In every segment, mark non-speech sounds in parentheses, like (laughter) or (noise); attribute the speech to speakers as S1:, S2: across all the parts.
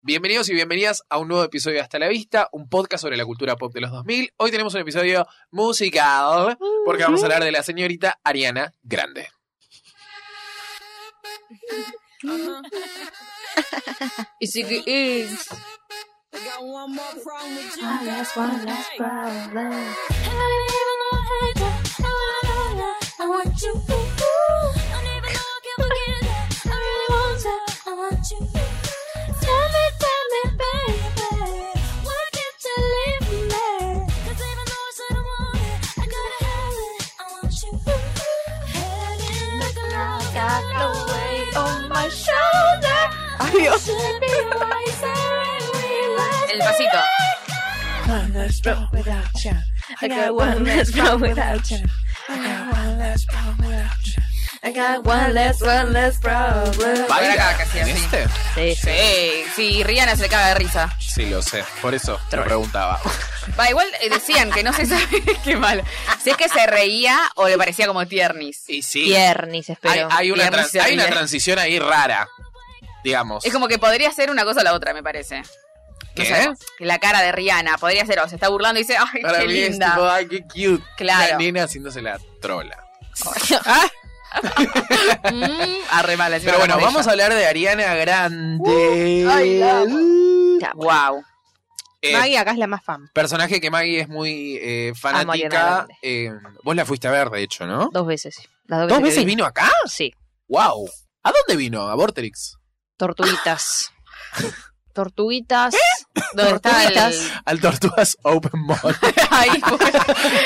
S1: Bienvenidos y bienvenidas a un nuevo episodio de Hasta la Vista, un podcast sobre la cultura pop de los 2000. Hoy tenemos un episodio musical porque vamos a hablar de la señorita Ariana Grande.
S2: Y sí que es.
S3: Ah,
S2: El pasito.
S4: I got one less problem without you. I got one less problem without you. I got one less, one less problem.
S2: Baila acá, casi
S1: en
S2: así.
S1: este?
S2: Sí, sí. Sí, Rihanna se le caga de risa.
S1: Sí, lo sé. Por eso te preguntaba.
S2: Va, igual eh, decían que no se sabe (laughs) qué mal. Si es que se reía o le parecía como tiernis.
S1: Y sí,
S5: Tiernis,
S1: hay,
S5: espero.
S1: hay una,
S2: Viernes
S1: tran-
S2: se
S1: hay una
S2: ríe.
S1: transición ahí rara, digamos.
S2: Es como que podría ser una cosa o la otra, me parece.
S1: ¿Qué?
S2: No sabemos. Que la cara de Rihanna podría ser o se está burlando y dice, ay,
S1: Para
S2: qué
S1: mí es
S2: linda.
S1: tipo, ay, qué cute.
S2: Claro.
S1: La nena haciéndose la trola.
S2: (laughs) Mm, arre mala,
S1: ¿ah? Pero bueno, vamos a hablar de Ariana Grande.
S2: Uh, ay, la amo.
S5: Ya, bueno.
S2: Wow.
S1: Eh,
S5: Maggie acá es la más fan.
S1: Personaje que Maggie es muy eh,
S5: Amo a Ariana
S1: fanática.
S5: Grande.
S1: Eh, vos la fuiste a ver, de hecho, ¿no?
S5: Dos veces. Las
S1: ¿Dos
S5: que
S1: veces
S5: vi.
S1: vino acá?
S5: Sí.
S1: ¡Wow! ¿A dónde vino? ¿A Vorterix? (laughs)
S5: Tortuguitas.
S1: ¿Eh?
S5: Tortuguitas.
S2: ¿Dónde está el...?
S5: Tortuguitas.
S1: Al Tortugas Open
S5: (laughs)
S1: Mall.
S2: (laughs) Ahí
S1: (laughs)
S2: fue.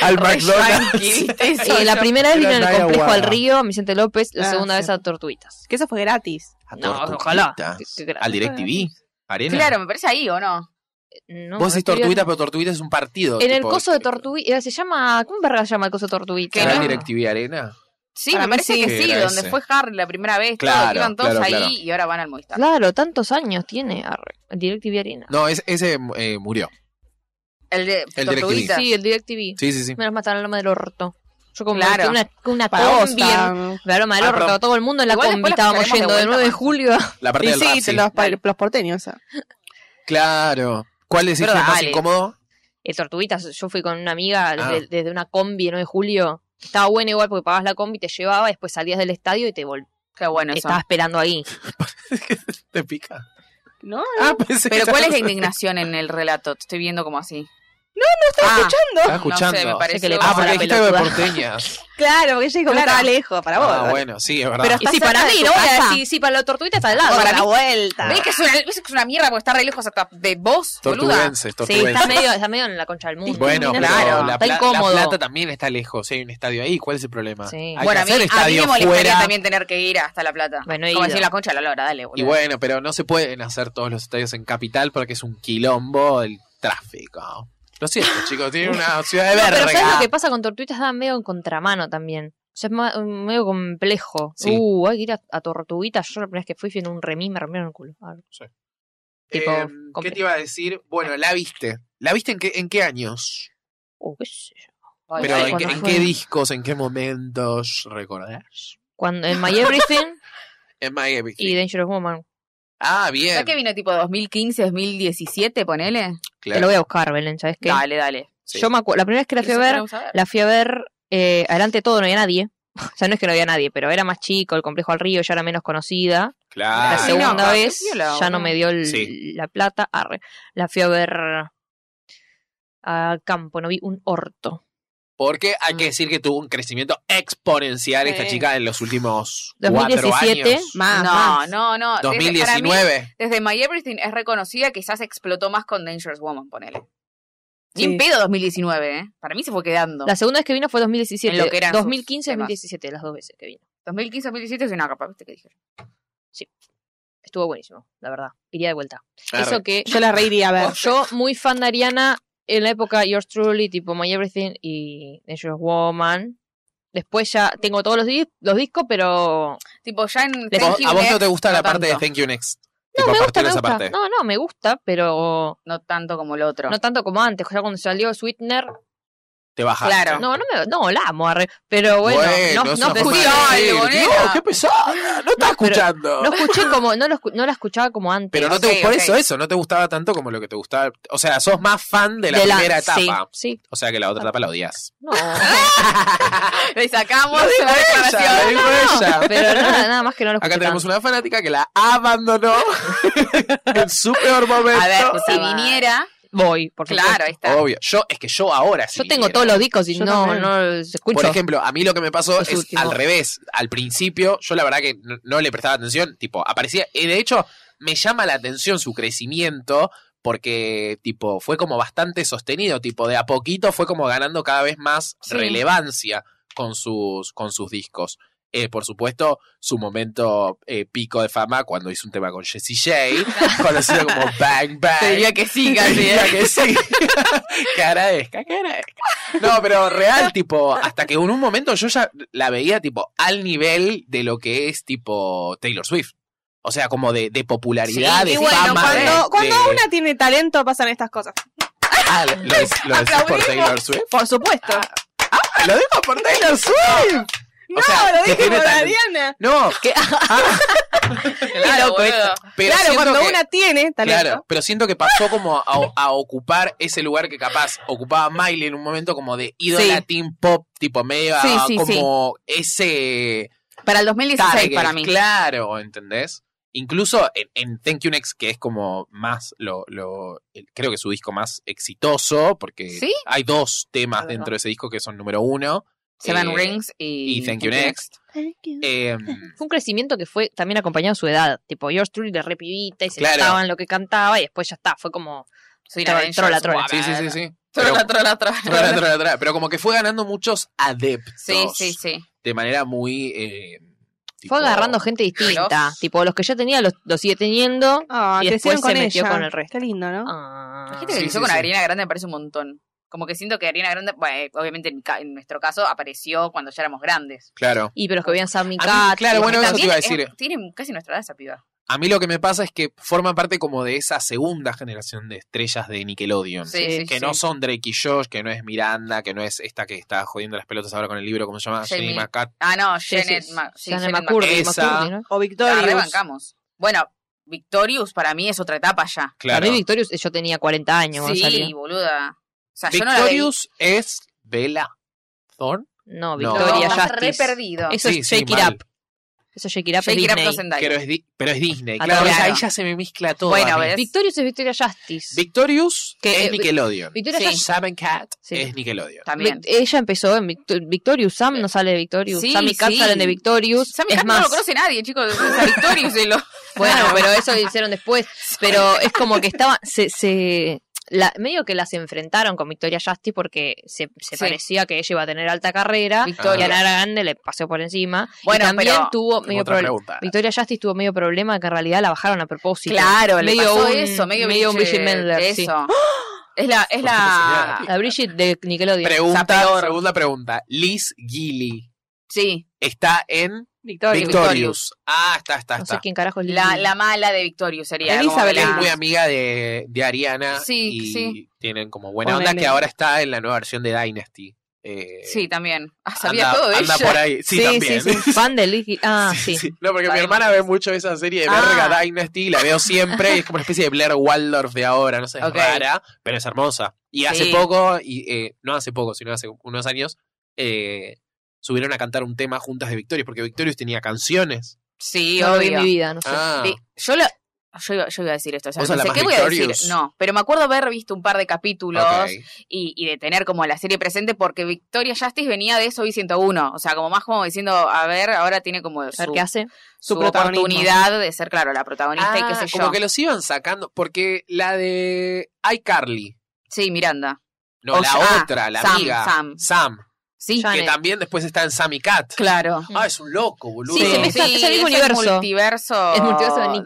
S1: al
S2: Re
S1: McDonald's.
S2: yankee, ¿viste? Eso,
S5: Eh, la
S2: yo-
S5: primera vez
S1: Era
S5: vino en el
S1: Naya
S5: complejo
S1: Guada.
S5: al río, a Vicente López. La
S4: Ah,
S5: segunda
S4: sí.
S5: vez a Tortuguitas.
S4: Que eso fue gratis.
S1: A
S5: No,
S1: Tortuguitas.
S5: ojalá. Qué- qué grande.
S1: Al DirecTV. Arena.
S2: Claro, me parece ahí, ¿o no?
S5: No,
S1: Vos decís
S5: estoy
S1: Tortuguitas,
S5: viendo-
S1: pero Tortuguitas es un partido.
S5: En el
S1: tipo,
S5: coso de Tortuguitas. Se llama. ¿Cómo verga se llama el coso de Tortuguitas?
S1: ¿Será
S2: no.
S1: el DirecTV Arena?
S2: Sí,
S4: Para
S2: me
S4: mí
S2: parece
S4: sí.
S2: que
S1: Sí,
S2: sí,
S1: era
S2: donde
S1: ese.
S2: fue Harry la primera vez, todos,
S1: Claro,
S2: iban todos
S1: claro,
S2: ahí
S1: claro.
S2: y ahora van al Movistar.
S5: Claro, tantos años tiene. arre. El DirecTV Arena.
S1: No, es- ese eh, murió.
S2: El de
S1: El
S2: Tortuguitas.
S5: Sí, el DirecTV.
S1: Sí, sí, sí.
S5: Menos mataron el alma del orto. Yo como
S2: Claro.
S5: que una, una
S4: Para vos,
S5: combi en
S4: Tam.
S5: La broma del
S1: Ah,
S5: orto,
S1: pero-
S5: todo el mundo en la
S2: Igual
S5: combi
S2: después la
S5: estábamos
S2: sacaremos de
S5: yendo del 9 de
S2: vuelta,
S5: julio.
S1: La parte
S4: Y
S1: del rap,
S4: sí, te-
S1: sí.
S4: los, pa- los porteños. ah.
S1: Claro. ¿Cuál decís que
S2: Pero
S1: es más
S2: dale.
S1: incómodo?
S5: Eh, tortuguitas, yo fui con una amiga
S1: Ah.
S5: desde, desde una combi el 9 de julio. Estaba bueno igual porque pagabas la combi, te llevaba, después salías del estadio y te vol
S2: Qué bueno eso.
S5: Estaba esperando ahí.
S1: Te pica.
S4: No,
S1: Ah, pensé que
S2: Pero ¿cuál es la
S1: estabas-
S2: indignación en el relato? Te estoy viendo como así. No, no
S4: estoy
S1: (laughs)
S4: escuchando.
S1: Estaba escuchando.
S2: No sé, me parece
S5: que le
S1: Ah,
S5: pasa
S1: porque
S5: la
S1: dijiste algo de
S5: pelotuda.
S2: (laughs)
S1: porteñas.
S4: Claro, porque ella dijo que
S2: Claro.
S4: estaba lejos para vos.
S1: ah, bueno, sí, es verdad.
S4: Pero
S5: Y
S4: está
S5: sí,
S4: cerca
S5: para
S4: de
S5: mí,
S4: tu
S5: no voy a
S4: casa.
S5: decir, sí, para la tortuguita está al lado.
S4: Vos,
S2: para
S4: a
S5: para
S4: la
S5: mí-
S4: vuelta.
S2: ¿Ves que es una, ves que es una mierda porque está re lejos acá de vos, boluda?
S1: Tortuguenses,
S5: Sí,
S1: tortuguenses.
S5: está medio, está medio en la concha del mundo.
S1: Bueno, pero
S2: Claro,
S1: la,
S5: está
S1: pla-
S5: incómodo.
S1: la plata también está lejos. si Hay un estadio ahí. ¿Cuál es el problema?
S5: Sí.
S1: Hay que
S2: Bueno, a mí,
S1: hacer
S2: a mí
S1: estadio
S2: me molestaría
S1: fuera.
S2: también tener que ir hasta La Plata.
S5: Bueno, he
S2: como
S5: ido.
S2: decir la concha de la lora, dale, boluda.
S1: Y bueno, pero no se pueden hacer todos los estadios en capital porque es un quilombo el tráfico. Lo
S2: (laughs)
S1: siento, chicos, tiene una ciudad de
S5: No, pero ¿sabes
S1: verga. ah.
S5: lo que pasa con Tortuguitas? Estaba medio en contramano también. O sea, es ma- medio complejo.
S1: Sí.
S5: Uh, hay que ir a, a Tortuguitas. Yo la primera vez que fui fui en un remis, me rompieron el culo. A ver. tipo,
S1: Eh, ¿Qué
S5: complejo.
S1: te iba a decir? Bueno, la viste. ¿La viste en qué, en qué años?
S5: Uh, qué sé yo.
S2: Ay,
S1: pero
S2: sí,
S1: en, qué-
S5: cuando
S1: en
S5: fue.
S1: qué discos? ¿En qué momentos? ¿Recordás?
S5: Cuando, en My
S1: (laughs)
S5: Everything
S1: En My Everything.
S5: y Dangerous Woman.
S1: Ah,
S2: ¿Sabés
S1: bien.
S2: que vino tipo 2015, 2017, ponele?
S5: Te lo
S1: Claro.
S5: voy a buscar, Belén, ¿sabes qué?
S2: Dale, dale.
S1: sí.
S5: Yo me acuerdo, la primera vez que la fui a ver,
S2: Vamos a ver.
S5: la fui a ver eh, adelante de todo, no había nadie. (laughs) O sea, no es que no había nadie, pero era más chico, el complejo al río ya era menos conocida.
S1: Claro.
S5: la
S2: Ah,
S5: segunda
S2: no,
S5: vez
S2: qué piola,
S5: ya no
S2: boludo.
S5: me dio el-
S1: Sí.
S5: la plata. arre. La fui a ver a campo, no vi un orto.
S1: Porque hay
S5: Mm.
S1: que decir que tuvo un crecimiento exponencial esta
S4: Sí.
S1: chica en los últimos cuatro
S5: 2017.
S1: años.
S4: Más,
S2: No,
S4: más.
S2: no, no. Desde- para mí,
S1: 2019.
S2: Desde, My Everything es reconocida, quizás explotó más con Dangerous Woman, ponele.
S4: Sí.
S2: Ni en pedo 2019, ¿eh? Para mí se fue quedando.
S5: La segunda vez que vino fue
S2: En lo
S5: 2017.
S2: que eran sus
S5: 2015
S2: temas.
S5: 2017, las dos veces que vino.
S2: 2015, 2017 es una capa, ¿viste qué dije?
S5: Estuvo buenísimo, la verdad. Iría de vuelta.
S1: Arre.
S5: Eso que
S4: Yo la
S5: (laughs)
S4: reiría a ver.
S5: Yo, muy fan de Ariana, en la época Yours Truly, tipo My Everything y Dangerous Woman. Después ya tengo todos los, dis- los discos, pero.
S2: Tipo, ya en.
S1: ¿Vos-
S5: Le-
S2: Thank You
S1: ¿A vos no te
S2: Next,
S1: gusta la
S2: no
S1: parte de
S2: tanto.
S1: Thank You Next?
S5: No,
S1: Tipo,
S5: me
S1: a
S5: gusta,
S1: partir de
S5: me
S1: esa
S5: gusta.
S1: parte.
S5: No, no, me gusta, pero.
S2: No tanto como el otro.
S5: No tanto como antes. O sea, cuando salió Sweetener,
S1: Te bajaste.
S2: Claro.
S5: No, no me, no, la amo, arre. pero bueno,
S1: Bueno,
S5: no,
S1: se
S5: no
S1: nos
S2: escuché
S1: fue a
S2: algo,
S1: decir.
S2: nena.
S1: No, qué pesada. No estás
S5: pero-
S1: escuchando.
S5: no escuché como, no, lo escu- no la escuchaba como antes.
S1: pero no te,
S2: ok,
S1: por
S2: ok.
S1: eso eso, no te gustaba tanto como lo que te gustaba. O sea, sos más fan de la primera etapa.
S5: sí, Sí,
S1: O sea que la otra etapa la odias. (laughs)
S5: no.
S2: Le sacamos
S1: Lo dijo
S2: la
S1: ella, lo
S2: declaración.
S1: dijo ella.
S5: Pero nada, nada más que no lo escuché.
S1: Acá tenemos
S5: tanto.
S1: una fanática que la
S2: (laughs)
S1: abandonó en su peor momento.
S2: A ver, si
S5: Estaba-
S2: viniera,
S5: Voy, porque
S2: claro, ahí está.
S1: Obvio. Yo, es que yo ahora sí.
S5: Yo tengo
S1: mira.
S5: todos los discos y
S4: Yo
S5: no,
S4: también.
S5: no los escucho.
S1: Por ejemplo, a mí lo que me pasó
S5: Los
S1: es
S5: últimos.
S1: al revés. Al principio, yo la verdad que no, no le prestaba atención. Tipo, aparecía. Y de hecho, me llama la atención su crecimiento. Porque, tipo, fue como bastante sostenido. Tipo, de a poquito fue como ganando cada vez más
S5: Sí.
S1: relevancia con sus, con sus discos. Eh, por supuesto, su momento eh, pico de fama cuando hizo un tema con Jessie
S2: (laughs)
S1: J, conocido como Bang Bang.
S2: Te diría que sí,
S1: Te
S2: casi.
S1: diría
S2: ¿eh?
S1: que sí. que agradezca, que agradezca. No, pero real, tipo, hasta que en un momento yo ya la veía, tipo, al nivel de lo que es, tipo, Taylor Swift. O sea, como de, de popularidad,
S2: Sí,
S1: de
S2: y bueno,
S1: fama.
S2: cuando-
S1: de- de-
S4: una tiene talento pasan estas cosas.
S1: Ah, lo, lo decís por
S2: Aplaudimos.
S1: Taylor Swift.
S4: Por supuesto.
S1: Lo digo por Taylor Swift.
S4: no,
S1: sea,
S4: lo
S1: que
S4: dije
S1: tiene
S4: por
S1: talento.
S4: Ariana.
S1: No, que, ah,
S2: Claro,
S4: loco
S2: boludo.
S1: pero
S4: claro,
S1: siento
S4: cuando
S1: que-
S4: una tiene talento.
S1: Claro, pero siento que pasó como a, a ocupar ese lugar que capaz ocupaba Miley en un momento como de ídola
S2: Sí.
S1: teen pop, tipo medio
S2: Sí, sí,
S1: como ese
S2: Para el 2016,
S1: target,
S2: para mí.
S1: claro, ¿entendés? Incluso en, en Thank You Next, que es como más lo, lo el- creo que es su disco más exitoso, porque
S2: ¿Sí?
S1: hay dos temas
S5: La verdad.
S1: dentro de ese disco que son número uno.
S2: Seven
S1: eh,
S2: Rings y,
S1: y Thank You Next. eh,
S5: (laughs) Fue un crecimiento que fue también acompañado de su edad. Tipo, George Truly de repibita y se
S1: Claro.
S5: cantaban lo que cantaba y después ya está. Fue como.
S2: Soy
S5: Trola,
S2: Avengers,
S5: trola, trola.
S2: guau.
S1: sí, sí, sí, sí. Pero-
S2: (laughs)
S1: (laughs)
S2: Trola, trola, trola.
S1: Tra, tra, tra. Pero como que fue ganando muchos adeptos.
S2: Sí, sí, sí.
S1: De manera muy. eh, tipo-
S5: Fue agarrando gente distinta. Tipo, los que ya tenía los, los sigue teniendo.
S4: Ah,
S5: Y
S4: crecieron
S5: después
S4: con
S5: se metió
S4: ella.
S5: con el resto.
S4: Qué lindo, ¿no?
S5: Ah.
S2: La gente
S1: Sí,
S2: que creció
S1: sí,
S2: con
S1: sí.
S2: Ariana Grande me parece un montón. Como que siento que Ariana Grande, bueno, eh, obviamente en, mi ca- en nuestro caso, apareció cuando ya éramos grandes.
S1: Claro.
S5: Y pero los que veían Sammy
S1: mí,
S2: Ah,
S5: Cat.
S1: claro,
S5: y-
S1: bueno, eso te
S2: También
S1: iba a
S2: es-
S1: decir.
S2: tiene casi nuestra edad esa piba.
S1: A mí lo que me pasa es que forman parte como de esa segunda generación de estrellas de Nickelodeon.
S2: Sí, sí,
S1: Que
S2: sí.
S1: no son Drake y Josh, que no es Miranda, que no es esta que está jodiendo las pelotas ahora con el libro, ¿cómo se llama?
S2: Jamie.
S1: Jamie McCart.
S2: Ah, no,
S5: Sí, sí,
S2: Janet,
S5: sí,
S2: Ma- sí,
S5: Janet
S2: Janet
S5: McCurdy,
S1: McCurdy. Esa.
S5: McCurdy, ¿no?
S4: O
S2: La
S4: Victorious.
S2: rebancamos. Bueno, Victorious para mí es otra etapa ya.
S1: Claro.
S5: Para mí Victorious yo tenía 40 años cuando
S2: sí,
S5: salió.
S2: boluda. O sea, yo no la veía.
S1: Victorious es Bella Thorne. No.
S5: No, Victoria
S2: no,
S5: ya
S2: estás re perdido.
S5: Eso
S1: Sí,
S5: es
S1: sí,
S5: Shake It
S1: mal.
S5: Up. Eso es Shake It Up.
S2: Shake
S5: es
S2: It Up
S5: Disney.
S2: no Zendaya.
S1: Pero es, Di- pero es Disney.
S5: Ah,
S1: Claro,
S2: claro.
S1: ahí ya se me mezcla todo.
S2: Bueno,
S1: a mí.
S2: ves.
S5: Victorious es Victoria Justice.
S1: Victorious
S5: Que,
S1: es
S5: eh,
S1: Nickelodeon.
S5: Victoria
S2: Sí.
S5: Justice.
S1: Sam and Cat
S5: Sí.
S1: es Nickelodeon.
S2: También.
S5: Vic- Ella empezó en Victor- Victorious. Sam no sale de Victorious.
S2: Sí,
S5: Sam y Kat
S2: sí.
S5: salen de Victorious.
S2: Sammy
S5: es
S2: Cat
S5: más,
S2: no lo conoce nadie, chicos. O sea, Victorious y
S5: (laughs)
S2: lo...
S5: Bueno, pero
S2: (laughs)
S5: eso lo hicieron después. Pero es como que estaban. Se, se, la- medio que las enfrentaron con Victoria Justice porque se, se
S2: Sí.
S5: parecía que ella iba a tener alta carrera. Y
S2: Victoria.
S5: a Nara Grande le pasó por encima.
S2: Bueno,
S5: y también
S2: pero-
S5: tuvo medio
S1: Otra
S5: problema.
S1: pregunta.
S5: Victoria Justice tuvo medio problema que en realidad la bajaron a propósito.
S2: Claro, le
S5: Medio
S2: pasó
S5: un-
S2: eso, medio,
S5: medio un Bridget Mendler,
S2: de
S5: sí. ¡Ah!
S2: eso. Es la, es la,
S5: La Bridget de Nickelodeon.
S1: Pregunta,
S2: Zapeor.
S1: segunda pregunta. Liz Gilly
S2: sí,
S1: está en
S4: Victorious.
S2: Victorious.
S1: Victorious. Ah, está, está,
S5: No sé
S1: está.
S5: quién carajo es
S2: la,
S5: Lily.
S2: la mala de Victorious sería. como
S4: Elizabeth
S2: que
S1: es
S2: la-
S1: muy amiga de, de Ariana
S2: Sí,
S1: y
S2: sí.
S1: tienen como buena
S4: Ponele.
S1: onda que ahora está en la nueva versión de Dynasty. Eh,
S2: Sí, también. Ah, sabía
S1: anda,
S2: todo de
S1: anda
S2: ella.
S1: por ahí. Sí, también.
S5: sí, sí. Fan de Lizzie. Ah, sí.
S1: Sí. No, porque mi
S2: Sabemos
S1: hermana
S2: que
S1: ve
S2: es.
S1: mucho esa serie de
S2: Ah.
S1: verga Dynasty, la veo siempre y es como una especie de Blair Waldorf de ahora, no sé, es
S2: Ok.
S1: rara, pero es hermosa. Y hace
S2: Sí.
S1: poco, y eh, no hace poco, sino hace unos años, eh, subieron a cantar un tema juntas de Victorious, porque Victorious tenía canciones.
S2: Sí,
S5: no lo vi en
S2: obvio.
S5: mi vida, no sé.
S1: Ah,
S2: Sí, yo, la- yo, iba- yo iba a decir esto. o sea,
S1: ¿Vos sos la
S2: pensé,
S1: más
S2: ¿qué voy a decir?
S1: Victorious?
S2: No, pero me acuerdo haber visto un par de capítulos
S1: ok.
S2: y, y de tener como la serie presente porque Victoria Justice venía de eso y 101. O sea, como más como diciendo, a ver, ahora tiene como
S5: A ver
S2: Ah, su,
S5: qué hace.
S2: su
S4: protagonismo.
S2: oportunidad de ser, claro, la protagonista y qué
S1: Ah,
S2: sé yo.
S1: Como que los iban sacando, porque la de iCarly,
S2: Sí, Miranda.
S1: no,
S2: O
S1: la
S2: sea, ah,
S1: otra, la
S2: Sam,
S1: amiga,
S2: Sam. Sí,
S5: Ya.
S1: que
S5: Janet.
S1: también después está en Sammy Cat.
S2: claro.
S1: Ah, es un loco, boludo.
S5: Sí, se me- es el mismo universo.
S2: multiverso.
S5: El multiverso de Nick-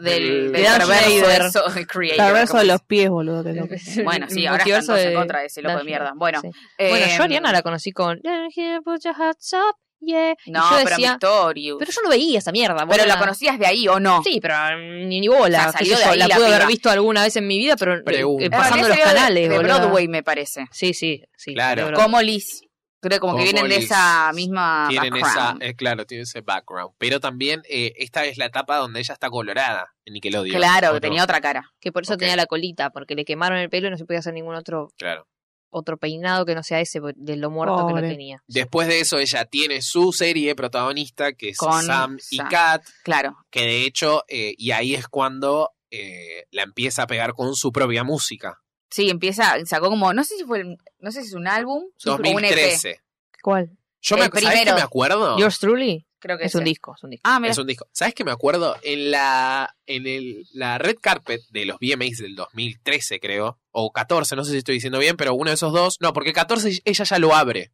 S1: de
S2: del, del
S5: Dan
S2: perverso
S5: Schneider.
S2: eso, de creator,
S4: Perverso
S2: como
S4: de
S2: es.
S4: los pies, boludo. Que loco.
S2: Bueno, sí,
S5: (laughs) El
S2: ahora están
S5: multiverso
S2: todos en
S5: de-
S2: contra de ese loco de
S5: Dungeon.
S2: mierda. Bueno,
S5: Sí. Bueno, yo
S2: em,
S5: Ariana la conocí con Down here, put your hands up. yeah. Y
S2: No,
S5: yo
S2: pero
S5: decía,
S2: Victorious.
S5: pero yo no veía esa mierda.
S2: Pero
S5: boluda.
S2: la conocías de ahí o no.
S5: Sí, pero mm, ni, ni bola.
S2: O sea,
S5: qué
S2: salió
S5: sé
S2: de
S5: yo,
S2: ahí
S5: la
S2: la
S5: pude haber
S2: piba.
S5: visto alguna vez en mi vida, pero eh,
S1: Pregunta.
S5: eh,
S2: En realidad
S5: pasando los
S2: salió de-
S5: canales,
S2: de,
S5: boluda.
S2: Broadway, me parece.
S5: Sí, sí, sí.
S1: Claro.
S5: salió de Broadway.
S2: Como Liz. Creo como
S1: Como
S2: que vienen de
S1: Liz.
S2: esa misma
S1: Tienen esa,
S2: Ah, background.
S1: eh, claro, tienen ese background. Pero también eh, esta es la etapa donde ella está colorada en Nickelodeon.
S2: Claro,
S1: ¿o
S2: que
S1: no?
S2: tenía otra cara.
S5: Que por eso
S1: Ok.
S5: tenía la colita, porque le quemaron el pelo y no se podía hacer ningún otro
S1: Claro.
S5: otro peinado que no sea ese por- de lo muerto que
S2: Pobre.
S5: lo tenía.
S1: Después de eso, ella tiene su serie protagonista, que es
S2: Con
S1: Sam y
S2: Sam.
S1: Kat,
S2: Claro.
S1: que de hecho, eh, y ahí es cuando eh, la empieza a pegar con su propia música.
S2: Sí, empieza, sacó como, no sé si fue, el- no sé si es un álbum o un E EP.
S1: 2013.
S5: ¿Cuál?
S1: Yo me,
S2: El
S1: ¿sabés qué
S2: primero.
S1: me acuerdo.
S5: Yours Truly
S2: Creo que
S5: es un
S2: ese.
S5: disco, es un disco.
S2: Ah, mira.
S1: Es un disco. ¿Sabes qué me acuerdo? En la en el, la red carpet de los VMAs del 2013, creo, o 14, no sé si estoy diciendo bien, pero uno de esos dos. No, porque 14 ella ya lo abre.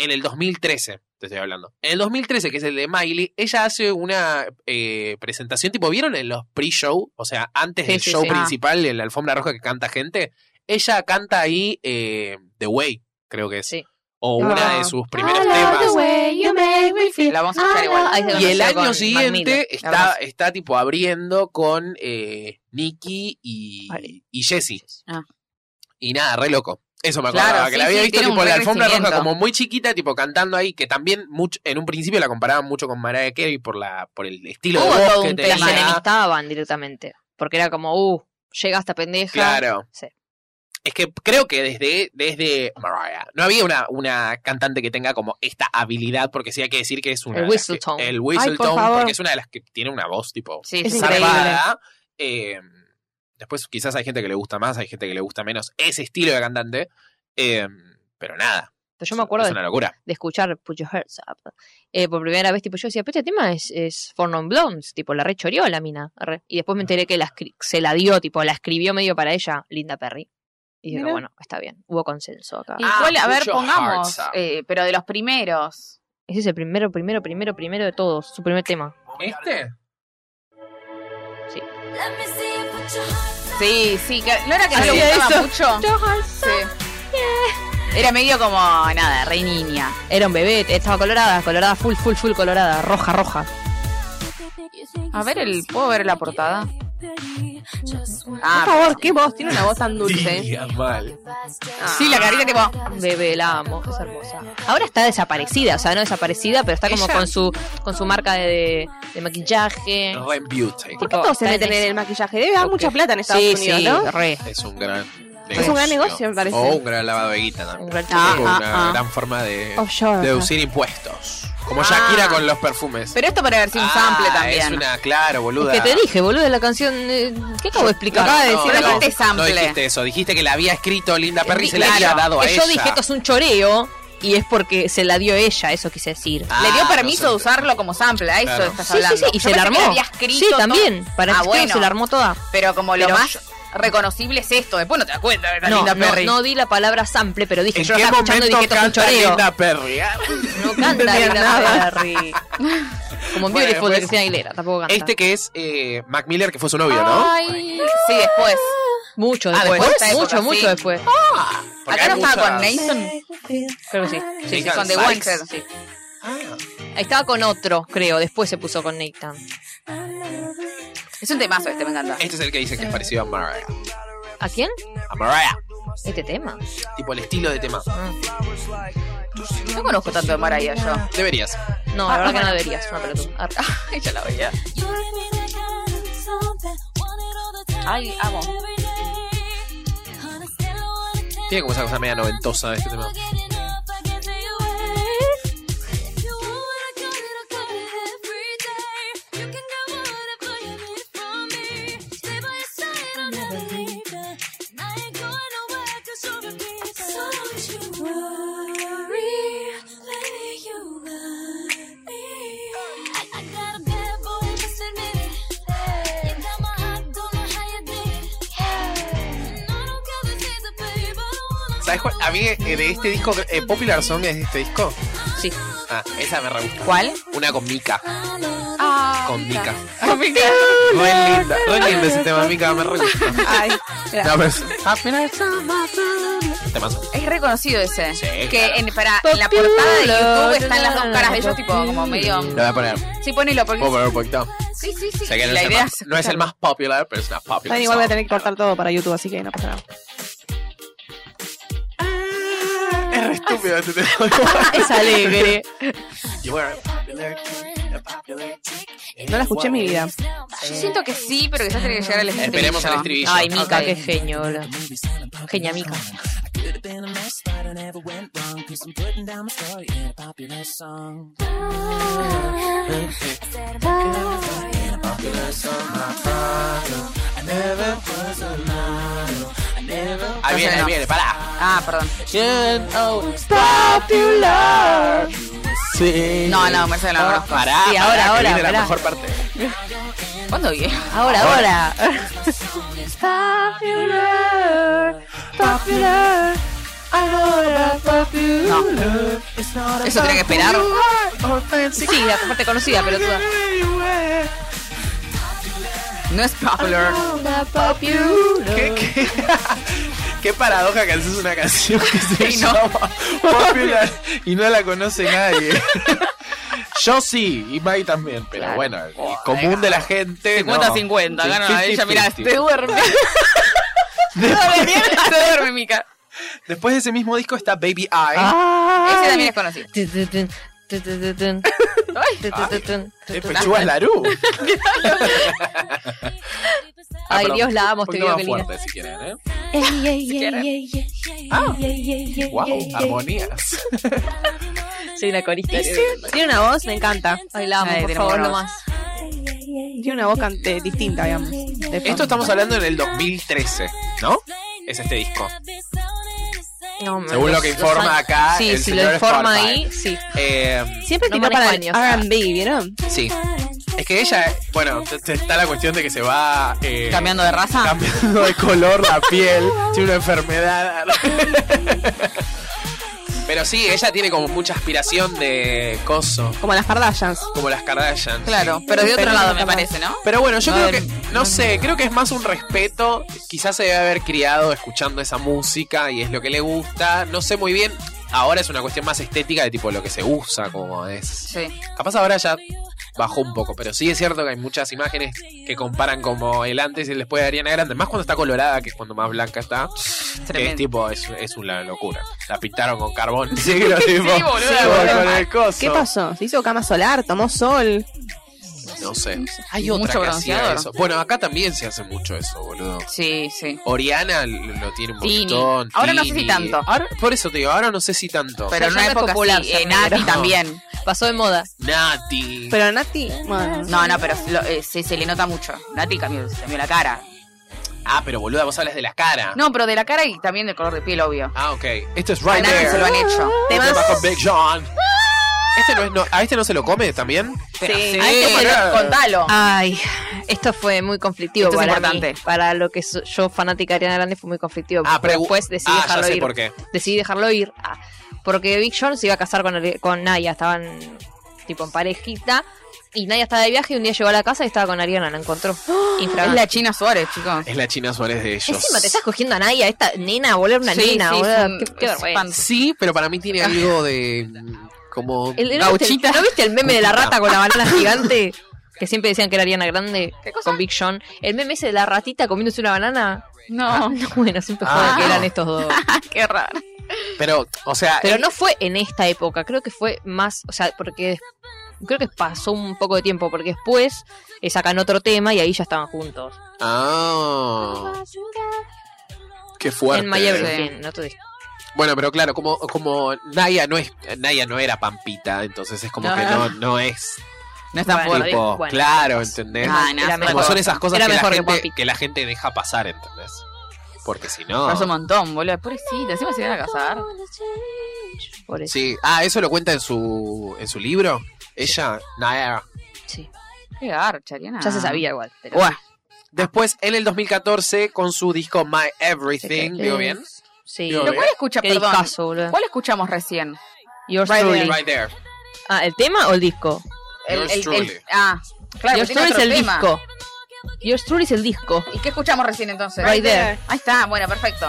S1: En el 2013, te estoy hablando. En el 2013, que es el de Miley, ella hace una eh, presentación tipo, ¿vieron en los pre-show? O sea, antes
S5: Sí,
S1: del
S5: sí,
S1: show
S5: sí.
S1: principal, en la alfombra roja que canta gente. Ella canta ahí eh, The Way, creo que es.
S5: Sí.
S1: O
S2: Ah.
S1: una de sus
S4: I
S1: primeros
S4: love
S1: temas.
S4: the way you make me feel.
S2: La vamos a
S5: Ah,
S2: escuchar igual.
S5: Ahí se
S1: Y
S5: conoció
S1: el
S5: con
S1: año
S5: Mac Miller.
S1: siguiente
S2: la
S1: está,
S2: verdad.
S1: está tipo abriendo con eh, Nicky y,
S5: Vale.
S1: y Jesse.
S2: Ah.
S1: Y nada, re loco. Eso me
S2: Claro,
S1: acordaba, que
S2: sí,
S1: la había
S2: sí,
S1: visto
S2: tiene un
S1: tipo en la alfombra roja
S2: crecimiento.
S1: como muy chiquita, tipo cantando ahí, que también mucho, en un principio la comparaban mucho con Mariah Carey por la por el estilo
S2: Hubo
S1: de voz
S2: todo
S1: que
S2: un
S1: tenía.
S5: Las
S2: tema.
S5: ¿eh? enemistaban directamente. Porque era como, uh, llega esta pendeja.
S1: Claro.
S5: Sí.
S1: Es que creo que desde, desde Mariah no había una, una cantante que tenga como esta habilidad, porque sí hay que decir que es una.
S5: El
S1: de las que-
S5: whistle tone.
S1: El whistle
S4: Ay, por
S1: tone,
S4: favor.
S1: porque es una de las que tiene una voz tipo
S2: Sí,
S4: Es
S2: sí,
S4: increíble.
S1: zarpada. Eh, después quizás hay gente que le gusta más, hay gente que le gusta menos ese estilo de cantante. eh, pero nada,
S5: Pero yo me acuerdo
S1: es
S5: de,
S1: una locura.
S5: de escuchar Put Your Hearts Up eh, por primera vez. Tipo, yo decía, pero este tema es, es For Non Blondes. Tipo, la re choreó la mina. arre. Y después me enteré que la escri- se la dio, tipo, la escribió medio para ella, Linda Perry. Y dije,
S4: Mira.
S5: bueno, está bien. Hubo consenso acá.
S2: ¿Y
S1: Ah,
S2: cuál? A
S1: Put
S2: ver,
S1: Your
S2: pongamos.
S1: Hearts Up.
S2: eh, pero de los primeros.
S5: Ese es el primero, primero, primero, primero de todos. Su primer tema.
S1: ¿Este?
S2: Sí, sí. que- no era que no le
S5: Hacía
S2: gustaba
S5: eso.
S2: (laughs) mucho. Sí. Era medio como, nada, re niña.
S5: Era un bebé, estaba colorada, colorada, full, full, full colorada, roja, roja.
S4: A ver, el, ¿puedo ver la portada?
S2: Ah,
S4: Por favor, qué voz, tiene una voz tan dulce.
S1: Sí, mal.
S2: Sí, la carita tipo,
S5: Bebé, la amo, es hermosa. Ahora está desaparecida, o sea, no desaparecida, pero está como
S1: Ella-
S5: con su con su marca de, de maquillaje.
S1: Rem Beauty.
S4: ¿Por qué todos se meten en el maquillaje? Debe dar
S5: Ok.
S4: mucha plata en Estados
S5: sí,
S4: Unidos,
S5: sí,
S4: ¿no?
S5: re.
S1: Es un gran negocio.
S4: Es un gran negocio, me parece.
S1: O un gran lavado de guita también.
S5: Un gran
S2: Ah,
S1: Tipo,
S5: choreo.
S1: una
S2: ah.
S1: gran forma de
S6: Oh,
S4: Offshore.
S1: deducir impuestos. Como Shakira
S2: Ah.
S1: con los perfumes.
S2: Pero esto para haber sido un
S1: Ah,
S2: sample también.
S1: Es una, claro, boluda.
S5: Es que te dije, boludo, de la canción. eh, ¿Qué acabo de explicar? Ah,
S1: No, no,
S2: decir,
S1: no,
S2: no dijiste
S1: no
S2: sample.
S1: dijiste eso. Dijiste que la había escrito Linda Perry y se la
S2: Claro,
S1: había dado a
S5: Eh, que
S1: ella.
S5: yo dije esto es un choreo y es porque se la dio ella, eso quise decir.
S1: Ah,
S2: Le dio
S1: no
S2: permiso
S1: sé.
S2: de usarlo como sample, a eso
S1: Claro.
S2: estás
S5: Sí, sí,
S2: hablando.
S5: sí, y
S2: Yo
S5: se la
S2: pensé que
S5: armó.
S2: había escrito
S5: Sí,
S2: todo,
S5: también, para
S2: Ah,
S5: el bueno.
S2: bueno.
S5: se la armó toda.
S2: Pero como lo
S5: Pero
S2: más reconocible es esto, después no te das cuenta de
S5: No,
S2: Linda
S5: no,
S2: Perry.
S5: no di la palabra sample, pero dije,
S1: ¿En
S5: yo lo
S1: qué
S5: estaba escuchando y
S1: momento
S5: dije, esto es un
S1: canta
S5: choreo.
S1: Linda Perry? Ah,
S5: No canta
S4: entendía
S5: Linda
S4: nada.
S5: Perry. Como en
S1: Bueno,
S5: Beautiful
S1: pues,
S5: de Cristina Aguilera, tampoco canta.
S1: Este que es eh, Mac Miller, que fue su novio, ¿no?
S2: Sí, después.
S5: Mucho
S1: Ah,
S5: después.
S1: después.
S5: Mucho,
S2: Sí.
S5: mucho después.
S1: Porque
S2: Acá
S1: hay
S2: no estaba con
S1: muchas-
S2: Nathan,
S5: Creo que sí. Sí, sí,
S1: Nathan
S2: con The
S1: Sykes.
S2: Wanted.
S5: sí. Estaba con otro, creo. Después se puso con Nathan.
S2: Es un temazo este, me encanta.
S1: Este es el que dicen que es parecido a Mariah.
S5: ¿A quién?
S1: A Mariah.
S5: Este tema.
S1: Tipo el estilo de tema.
S2: No conozco tanto de Mariah yo.
S1: Deberías.
S5: No, la verdad que no deberías. Una pelotuda. (laughs) Ar-
S2: Ay, ya la veía.
S3: Ay, amo.
S1: Tiene como esa cosa media noventosa de este tema. ¿Sabes cuál? A mí eh, de este disco, eh, Popular Song es de este disco.
S5: Sí.
S1: Ah, esa me re gusta.
S2: ¿Cuál?
S1: Una con Mika. con Mika.
S5: Ah,
S1: (laughs)
S2: Con Mika.
S1: Re linda. (laughs) Re lindo ese tema, Mika. Me re gusta.
S4: Ay,
S1: No, pero- Te temazo.
S2: Es reconocido ese.
S1: Sí,
S2: que
S1: claro.
S2: en, para, en la portada de YouTube están las dos caras de ellos, tipo, como medio.
S1: Lo voy a poner.
S2: Sí, ponelo, porque.
S1: Puedo poner un poquito.
S2: Sí, sí, (laughs) sí.
S1: Sé que
S2: Y
S1: no,
S2: la
S1: es el
S2: idea
S1: más, no es el más popular, pero es una popular.
S4: Dani, igual voy a
S1: song.
S4: tener que cortar todo para YouTube, así que no pasa nada.
S1: Es re estúpido este tema.
S5: Es alegre.
S1: You were a popular kid, a popular chick.
S4: No la escuché en mi vida.
S2: Yo siento que sí, pero quizás tiene que llegar al estribillo.
S1: Esperemos al estribillo.
S5: Ay, Mica,
S2: Ok.
S5: qué genio, boludo. Genia Mica.
S1: Ahí viene, ahí
S2: No.
S1: viene, pará.
S2: Ah, perdón.
S1: Sí.
S2: No, no, Marcelo, no la conozco.
S1: Ah, Pará.
S5: Sí, ahora,
S1: pará, que
S5: ahora,
S1: viene la
S5: pará.
S1: mejor parte.
S2: ¿Cuándo (laughs) vi?
S5: Ahora, ahora.
S2: Eso tiene que esperar.
S5: Sí, la parte (laughs) conocida, pero
S2: No es popular.
S1: ¿Qué, qué, (laughs) qué paradoja que haces una canción que se
S2: Y no.
S1: llama Popular y no la conoce nadie. (laughs) Yo sí, y Mai también, pero
S5: Claro.
S1: bueno, el común de la gente.
S2: 50-50,
S1: no.
S2: gana
S1: Sí,
S2: ella, este- mirá,
S1: 50-50.
S2: te duerme. te duerme, (laughs) Mica.
S1: Después de ese mismo disco está Baby Eye.
S2: Ese también es conocido.
S1: de Pechugas Eh, pues, Larú.
S5: Ay, Dios, la amo, este
S1: video.
S5: video, qué
S1: fuerte, si quieren, ¿eh?
S3: Ah,
S1: Wow, armonías.
S5: Soy una corista.
S4: Tiene una voz, me encanta.
S5: Ay, la amo,
S2: Ay,
S5: por
S2: tenemos
S5: favor,
S2: una
S5: lo
S2: voz.
S5: más.
S4: Tiene una voz cante- distinta, digamos. de
S1: Esto
S4: fondo.
S1: estamos hablando en el 2013, ¿no? Es este disco.
S5: No, me-
S1: Según lo que
S5: los-
S1: informa
S5: los-
S1: acá
S5: Sí,
S1: Ah, el
S5: si
S1: señor
S5: lo informa
S1: Spotify.
S5: ahí, sí.
S1: Eh,
S4: Siempre
S5: No
S4: tiró para el
S5: manejo años.
S4: R&B, ¿vieron?
S1: sí. Es que ella, eh, bueno, t- t- está la cuestión de que se va eh,
S2: Cambiando de raza.
S1: cambiando de color la piel, tiene una
S5: (laughs)
S1: enfermedad. Pero sí, ella tiene como mucha aspiración de coso,
S4: Como las Kardashians.
S1: como las Kardashian.
S2: Claro, pero de otro
S4: Pero no
S2: lado me parece, ¿no?
S1: Pero bueno, yo
S2: No,
S1: creo
S2: del-
S1: que, no sé, creo que es más un respeto. Quizás se debe haber criado escuchando esa música y es lo que le gusta. No sé muy bien. Ahora es una cuestión más estética de tipo lo que se usa, como es.
S2: Sí.
S1: Capaz ahora ya bajó un poco, pero sí es cierto que hay muchas imágenes que comparan como el antes y el después de Ariana Grande. Más cuando está colorada, que es cuando más blanca está. Que es
S2: Tremendo.
S1: tipo, es, es una locura. La pintaron con carbón (laughs) negro, tipo,
S2: Sí, boluda,
S1: como
S2: boluda.
S1: con el coso.
S4: ¿Qué pasó? ¿Se hizo cama solar? ¿Tomó sol?
S1: No sé. Hay otra
S2: Mucho
S1: que hacía
S2: bronceador.
S1: eso. Bueno, acá también se hace mucho eso, boludo.
S2: Sí, sí.
S1: Oriana lo lo tiene un
S2: Tini.
S1: montón.
S2: Ahora no sé si tanto.
S1: Ahora- por eso te digo, ahora no sé si tanto.
S2: Pero en
S5: ya
S2: una
S5: no es
S2: época
S5: popular,
S2: sí,
S5: ser
S2: eh, Nati
S5: negro.
S2: también.
S5: Pasó de moda.
S1: Nati.
S4: Pero Nati, bueno,
S2: No, no, pero lo- eh, sí, se le nota mucho. Nati cambió, cambió la cara.
S1: Ah, pero boluda, vos hablas de la cara.
S2: No, pero de la cara y también del color de piel, obvio.
S1: Ah, ok. Esto es
S2: A
S1: Right
S2: Nati
S1: There.
S2: se lo han hecho.
S1: Otro bajo Big John. Este no es, no- ¿A este no se lo come también?
S2: Pero
S1: Sí.
S2: Ahí te
S1: Pará.
S2: puedo- contalo.
S5: Ay, esto fue muy conflictivo
S2: Esto es
S5: para
S2: importante.
S5: mí. Para lo que so- yo, fanática de Ariana Grande, fue muy conflictivo.
S1: Ah,
S5: pero
S1: pregu-
S5: después decidí
S1: ah, ya
S5: dejarlo
S1: sé
S5: ir.
S1: por qué.
S5: Decidí dejarlo ir. Ah, porque Big John se iba a casar con, Ari- con Naya. Estaban tipo en parejita. Y Naya estaba de viaje y un día llegó a la casa y estaba con Ariana. La encontró.
S2: Es
S5: Infragante.
S2: la China Suárez, chicos.
S1: Es la China Suárez de ellos.
S5: ¡Ah! Encima te estás cogiendo a Naya. Esta nena, volver una
S2: Sí,
S5: nena.
S2: sí, es
S5: boluda.
S2: un-
S5: qué, qué
S2: es
S5: vergüenza.
S2: pan-
S1: Sí, pero para mí tiene algo de. mm, Como.
S5: El- el- ¿no, viste el,
S1: gauchita.
S5: no viste el meme de la
S1: Gauchita.
S5: rata con la banana gigante? Que siempre decían que era Ariana Grande con Big John. El meme ese de la ratita comiéndose una banana.
S2: No,
S5: No, bueno, siempre
S1: Ah.
S5: joda que eran
S1: (laughs)
S5: estos dos.
S2: qué raro.
S1: Pero, o sea.
S5: Pero no fue en esta época, creo que fue más, o sea, porque creo que pasó un poco de tiempo, porque después eh, sacan otro tema y ahí ya estaban juntos.
S1: Ah. Qué fuerte.
S5: En My
S2: Sí.
S5: Everything, no te dije.
S1: Bueno, pero claro, como, como Naya no es, Naya no era Pampita, entonces es como
S2: No.
S1: que no, no es
S2: No es tan
S5: Bueno,
S2: fuerte.
S1: tipo,
S5: bueno.
S1: claro, ¿entendés?
S2: Ah, no, fue
S5: Era mejor.
S1: como
S2: mejor.
S1: son esas cosas
S5: Era
S1: que la,
S5: mejor que
S1: gente,
S5: Pampita.
S1: que la gente deja pasar, ¿entendés? Porque si
S2: Pero
S1: no.
S2: es un montón, boludo. Pobrecita, encima se iban a casar.
S5: Por eso.
S1: Sí, ah, eso lo cuenta en su, en su libro. Ella, Naya.
S5: sí.
S2: Qué garcha, Ariana.
S5: Ya se sabía igual. pero-
S2: Buah,
S1: Después, en el 2014, con su disco My Everything, ¿digo bien?
S5: Sí.
S1: Digo
S2: ¿Pero
S1: bien.
S2: cuál escucha,
S5: Qué
S2: perdón?
S5: discazo, boludo.
S2: ¿Cuál escuchamos recién?
S5: Yours
S2: Right
S5: Truly.
S2: there.
S1: Right there.
S5: Ah, ¿el tema o el disco?
S1: Yours Truly.
S2: ah, claro, porque tiene
S5: Yours Truly es
S2: otro
S5: el
S2: tema.
S5: disco. Yours Truly es el disco.
S2: ¿Y qué escuchamos recién entonces?
S5: Right There. (laughs)
S2: Ahí está, bueno, perfecto.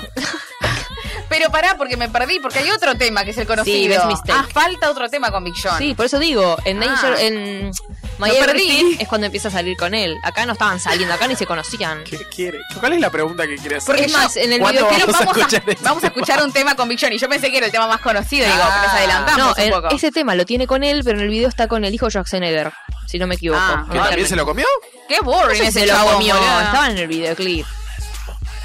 S2: Pero pará, porque me perdí, porque hay otro tema que es el conocido.
S5: Sí, Best Mistake.
S2: Ah, falta otro tema con Big John.
S5: Sí, por eso digo, en
S2: Ah.
S5: Danger, en My
S2: Lo
S5: Everything
S2: perdí.
S5: es cuando empieza a salir con él. Acá no estaban saliendo, acá ni se conocían.
S1: ¿Qué quiere? ¿Cuál es la pregunta que quiere hacer?
S5: Porque es más, en el
S1: ¿Cuándo
S5: videoclip
S2: Pero
S1: vamos a
S2: vamos, a,
S1: escuchar
S5: (laughs)
S1: este
S2: (laughs) vamos a escuchar un tema con Big John. Y yo pensé que era el tema más conocido, digo,
S5: Ah.
S2: pero nos adelantamos
S5: No, en-
S2: un poco.
S5: ese tema lo tiene con él, pero en el video está con el hijo Schwarzenegger, si no me equivoco.
S2: Ah,
S1: ¿Que también se lo comió?
S2: Qué boring
S5: se
S2: ese
S5: lo
S2: chavo
S5: comió, estaba en el videoclip.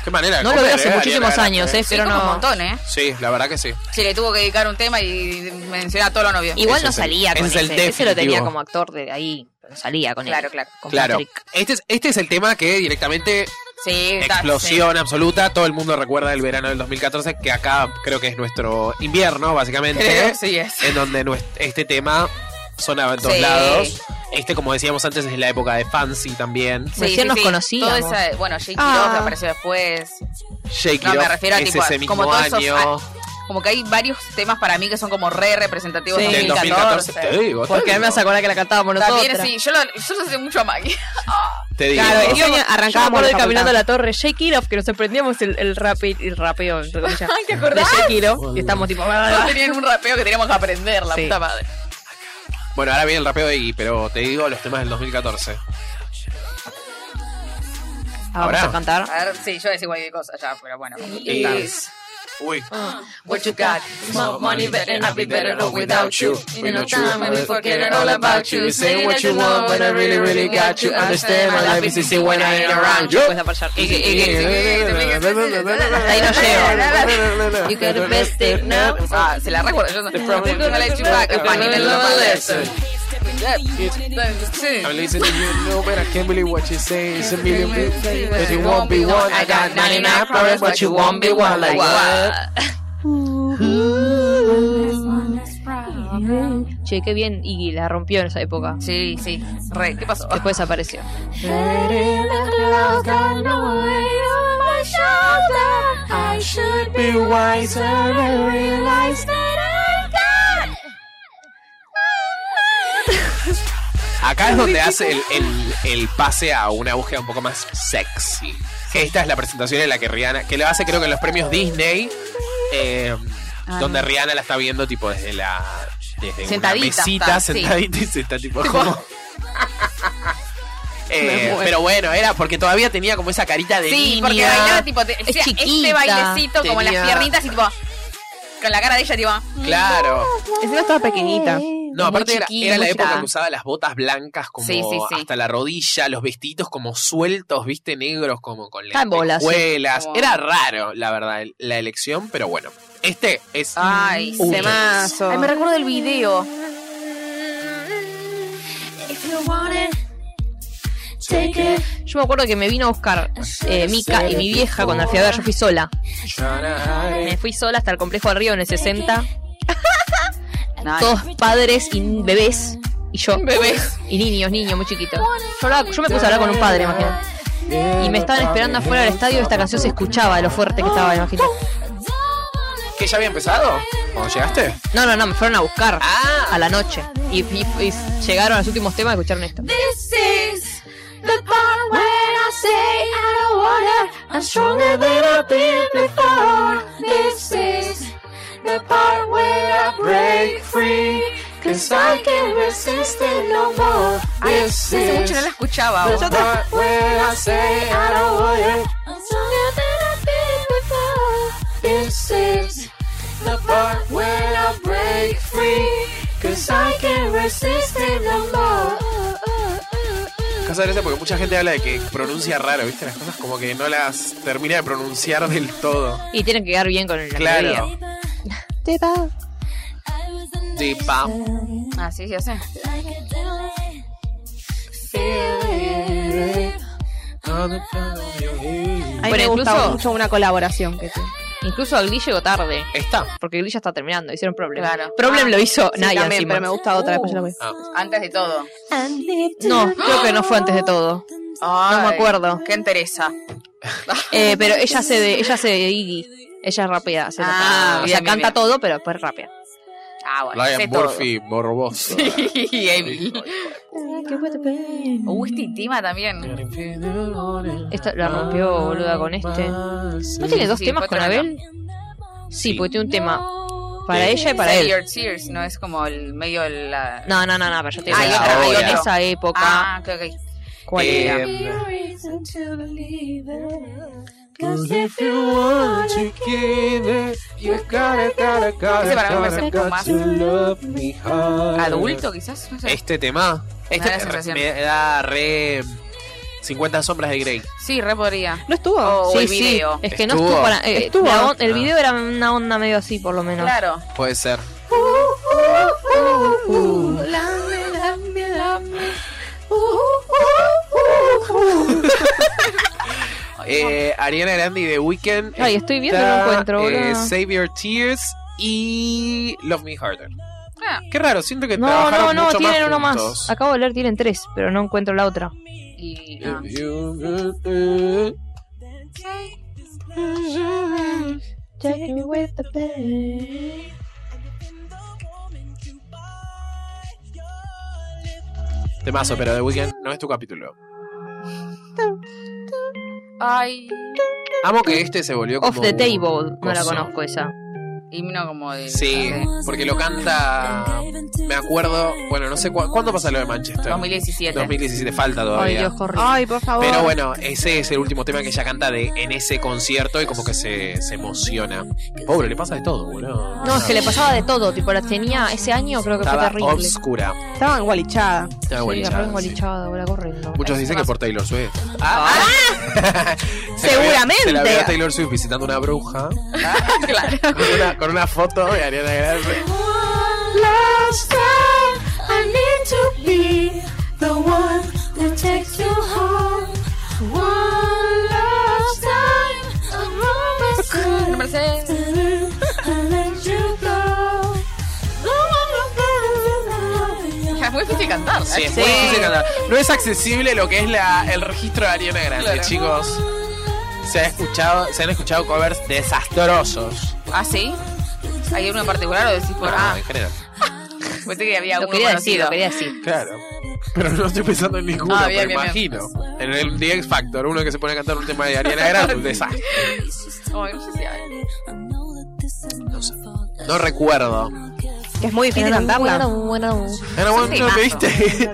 S1: Qué manera. de
S5: No lo veo
S1: comer,
S5: hace
S1: eh,
S5: muchísimos
S1: Ariana
S5: años,
S1: Grande.
S5: eh, pero
S2: un
S5: no.
S2: montón, ¿eh?
S1: Sí, la verdad que sí.
S2: Se le tuvo que dedicar un tema y menciona a todos los novios.
S5: Igual
S1: Ese
S5: no
S1: es el-
S5: salía con
S1: ese
S5: ese.
S1: es el
S5: ese lo tenía
S1: definitivo.
S5: como actor de ahí, pero salía con
S2: Claro,
S5: él.
S2: claro.
S5: con
S1: Claro.
S5: Patrick.
S1: Este es, este es el tema que directamente
S2: Sí, está-
S1: explosión absoluta. Todo el mundo recuerda el verano del 2014, que acá creo que es nuestro invierno,
S2: sí.
S1: básicamente.
S2: Creo, sí es.
S1: en donde nues- este tema sonaba en todos
S2: Sí.
S1: lados. Este, como decíamos antes, es la época de Fancy también.
S2: Sí,
S5: Recién
S2: sí,
S5: nos
S2: sí.
S5: conocíamos.
S2: Todo esa- bueno, Jake
S5: Ah.
S2: Quiroz apareció después.
S1: Shake
S2: No,
S1: It
S2: me
S1: Off
S2: refiero a
S1: es
S2: tipo,
S1: ese mismo
S2: como todos esos-
S1: año
S2: Como que hay varios temas para mí que son como re representativos
S5: Sí.
S1: del
S2: de
S1: 2014. Te digo, te
S5: Porque a mí me
S1: digo.
S5: vas a acordar que la cantábamos nosotros.
S2: También sí, yo lo, yo lo sé mucho a (laughs) Maggie.
S1: Te digo.
S5: Claro, ese
S2: Íbamos-
S5: año
S2: yo me
S5: arrancábamos
S2: acuerdo
S5: de
S2: de
S5: caminando a
S2: Capitán.
S5: la torre Shake It Off, que nos sorprendíamos el, el rapi- el rapeo, entre comillas.
S2: Ay, ¿te
S5: de
S2: acordás?
S5: Shake It Off, y estamos tipo. "Ah,
S2: Todos tenían un rapeo que teníamos que aprender, la
S5: Sí.
S2: puta madre.
S1: Bueno, ahora viene el rapeo de Iggy, pero te digo los temas del 2014.
S5: Ah, vamos
S1: Ahora.
S5: a cantar.
S2: A ver, sí, yo decía cualquier cosa ya, pero bueno. como que
S1: Y-
S2: está.
S1: Uy.
S2: What you got? More money, but I'll be better off without you. In no time, when we forget all about you. Say what you want, but I really, really got you. Understand my life is easy when I ain't around you.
S5: Después de aparecer.
S2: Iggy, Iggy,
S5: Ahí no
S2: llego.
S4: You got the best tip now.
S2: Ah, se la recuerdo. Yo no I'm gonna let you back. I'm gonna love my lesson.
S1: I'm listening to you, no, but I can't believe what you say. It's a million people, but
S2: But
S1: you won't be one. I got 99 problems, but you won't be one. Like what?
S5: Che, qué bien Iggy la rompió en esa época.
S2: Sí, sí. Re, ¿qué pasó?
S5: Después desapareció.
S3: I should be wiser and realize that I got
S1: Acá es donde hace el, el- el pase a una búsqueda un poco más sexy. Que esta es la presentación en la que Rihanna, que lo hace creo que en los premios Disney, eh,
S2: Ah,
S1: donde Rihanna la está viendo tipo desde la desde
S2: Sentadita,
S1: una mesita,
S2: está, sí.
S1: sentadita y se está tipo
S2: (laughs)
S1: como. Eh,
S5: muero.
S1: pero bueno, era porque todavía tenía como esa carita de
S2: Sí,
S1: niña.
S2: porque bailaba tipo te- hacía este
S5: chiquita.
S2: bailecito como en las
S1: Tenía-
S2: piernitas y tipo con la cara de ella tipo
S1: Claro.
S4: Encima estaba pequeñita.
S1: No, aparte era,
S2: chiquita,
S1: era la
S2: muy
S1: época
S2: chiquita.
S1: que usaba las botas blancas como
S2: Sí, sí, sí.
S1: hasta la rodilla, los vestidos como sueltos, viste, negros como con
S5: Está Ah, en bolas, sí.
S1: lentejuelas.
S2: Como-
S1: Era raro, la verdad, el- la elección, pero bueno. Este es
S5: Ah.
S2: Ay,
S1: un-
S4: Temazo.
S2: Ay, me recuerdo del video.
S3: If you want it, take it.
S5: Yo me acuerdo que me vino a buscar eh, Mica y mi vieja cuando la fui a ver, yo fui sola. Me fui sola hasta el complejo del río en el 60. Todos padres y bebés. Y yo. Bebés. Y niños, niños, muy chiquitos. Yo, hablaba- yo me puse a hablar con un padre, imagínate. Y me estaban esperando afuera del estadio. Esta canción se escuchaba, de lo fuerte que estaba, imagínate.
S1: ¿Que ya había empezado? ¿Cuando llegaste?
S5: No, no, no, me fueron a buscar
S1: Ah.
S5: a la noche. Y, y- y llegaron a los últimos temas y escucharon esto.
S3: This is the part when I say I don't want it. I'm stronger than I've been before. This is the part where I break free. Cause I can't resist it no more. This
S2: Hace
S3: is
S2: mucho no la escuchaba. vos.
S3: the part where I say I don't want it. I'm stronger than I've been before. This is the part where I break free. Cause I can't resist it no more.
S1: Casa gracia porque mucha gente habla de que pronuncia raro, ¿viste? Las cosas como que no las termina de pronunciar del todo.
S5: Y tienen que quedar bien con el
S1: Claro. Sí, pa.
S2: Ah, sí, ya sé.
S4: A mí
S5: Pero
S4: me gusta
S5: incluso-
S4: mucho una colaboración que tiene.
S5: Incluso Glee llegó tarde.
S1: Está.
S5: Porque Glee ya está terminando, hicieron Problem.
S2: Claro.
S5: Problem lo hizo
S4: Sí,
S5: Naya
S4: también,
S5: encima.
S4: pero me gusta otra, después ya la voy.
S1: Ah.
S2: Antes de todo.
S5: No, creo que no fue antes de todo.
S2: Ay,
S5: me acuerdo.
S2: Qué interesa.
S5: Eh, pero ella hace de, ella hace de Iggy. Ella rapea, hace
S2: Ah,
S5: o
S2: bien,
S5: sea,
S2: bien,
S5: canta
S2: bien.
S5: todo, pero después rapea.
S2: Ah, bueno. sé
S1: Ryan
S2: todo.
S1: Murphy, morboso.
S2: (laughs) Y Amy. Uh, este tema también.
S5: Esta la rompió, boluda, con este. ¿No tiene dos (laughs)
S2: Sí,
S5: temas
S2: fue
S5: con
S2: tremendo.
S5: Abel? Sí,
S1: Sí.
S5: porque tiene un tema
S3: No.
S5: para ella y para
S2: Say
S5: él.
S2: Your Tears, no es como el medio de la.
S5: No, no, no, no, pero yo te digo
S2: Ah,
S1: y
S5: de
S1: otra,
S5: ahora,
S1: y
S5: de
S1: otra.
S5: esa época.
S2: Ah, ok, ok.
S5: ¿Cuál
S1: Eh,
S5: era?
S3: Be a reason to believe it. 'Cause if you want to
S2: Ese para mí me parece como más
S1: Adulto.
S2: adulto, quizás. No sé.
S1: Este tema. Este
S2: da la sensación.
S1: me da re. 50 sombras de Grey.
S2: Sí, re podría.
S5: ¿No estuvo?
S2: O
S5: sí,
S2: oh, el
S5: sí.
S2: video.
S5: Es que no
S1: Estuvo.
S5: estuvo para. eh,
S1: Estuvo.
S5: la on- el
S1: Ah.
S5: video era una onda medio así, por lo menos.
S2: Claro.
S1: Puede
S5: (laughs)
S1: ser.
S3: love me, love me, love me.
S1: Eh, Ariana Grande y The Weeknd.
S5: Ay, estoy viendo y no
S1: Está,
S5: encuentro,
S1: eh,
S5: boludo.
S1: Save Your Tears y Love Me Harder.
S2: Ah,
S1: Qué raro, siento que
S5: No, no,
S1: trabajaron
S5: no,
S1: mucho
S5: tienen uno
S1: más
S5: más. Acabo de leer, tienen tres, pero no encuentro la otra.
S2: y. ah.
S1: juntos.
S3: Take me with the pain.
S1: Temazo, pero The Weeknd no es tu capítulo.
S2: Ay.
S1: Amo que este se volvió como...
S5: Off the Table, no la
S1: coso.
S5: conozco esa.
S2: Himno como de.
S1: Sí, porque lo canta... Me acuerdo... Bueno, no sé cua- cuándo pasa lo de Manchester.
S2: 2017.
S1: 2017, falta
S5: Ay,
S1: todavía.
S5: Dios, corre.
S6: Ay, por favor.
S1: Pero bueno, ese es el último tema que ella canta de, en ese concierto y como que se, se emociona. Pobre, le pasa de todo, boludo.
S5: No, es que le pasaba de todo, tipo, la tenía ese año, creo que fue
S1: Estaba
S5: terrible.
S1: obscura.
S6: Estaba engualichada.
S1: Estaba
S5: Sí,
S1: gualichada,
S5: re
S1: sí.
S5: engolichada, boludo, corriendo.
S1: Muchos
S5: Es
S1: dicen que
S5: más-
S1: por Taylor Swift.
S5: Ah,
S1: Ah. (laughs) Se la vio-
S6: Seguramente.
S1: Se la vio a Taylor Swift visitando una bruja.
S2: (laughs)
S1: con, una, con una foto de Ariana Grande.
S3: One last time, I need to be the one that takes you home. One last time, I
S2: (laughs)
S3: promise you.
S2: Mercedes.
S3: I'll let you go. No one will love you.
S2: Es muy difícil cantar.
S1: Sí, es muy difícil cantar. No es accesible lo que es la, el registro de Ariana Grande,
S2: Claro.
S1: chicos. Se, ha escuchado, se han escuchado covers desastrosos.
S2: Ah, sí. ¿Hay uno en particular o decís por.?
S1: No,
S2: Ah,
S1: en general.
S2: pensé que había
S5: Lo
S2: uno
S5: quería decir,
S2: conocido.
S5: lo quería decir.
S1: Claro. Pero no estoy pensando en ninguno,
S2: Ah, bien,
S1: pero
S2: bien, bien.
S1: imagino. En el The X Factor, uno que se pone a cantar un tema de Ariana Grande, un desastre.
S2: Ay, no sé si hay.
S1: No recuerdo.
S6: Que es muy difícil cantarla.
S1: Era bueno,
S2: un temazo.
S1: ¿viste?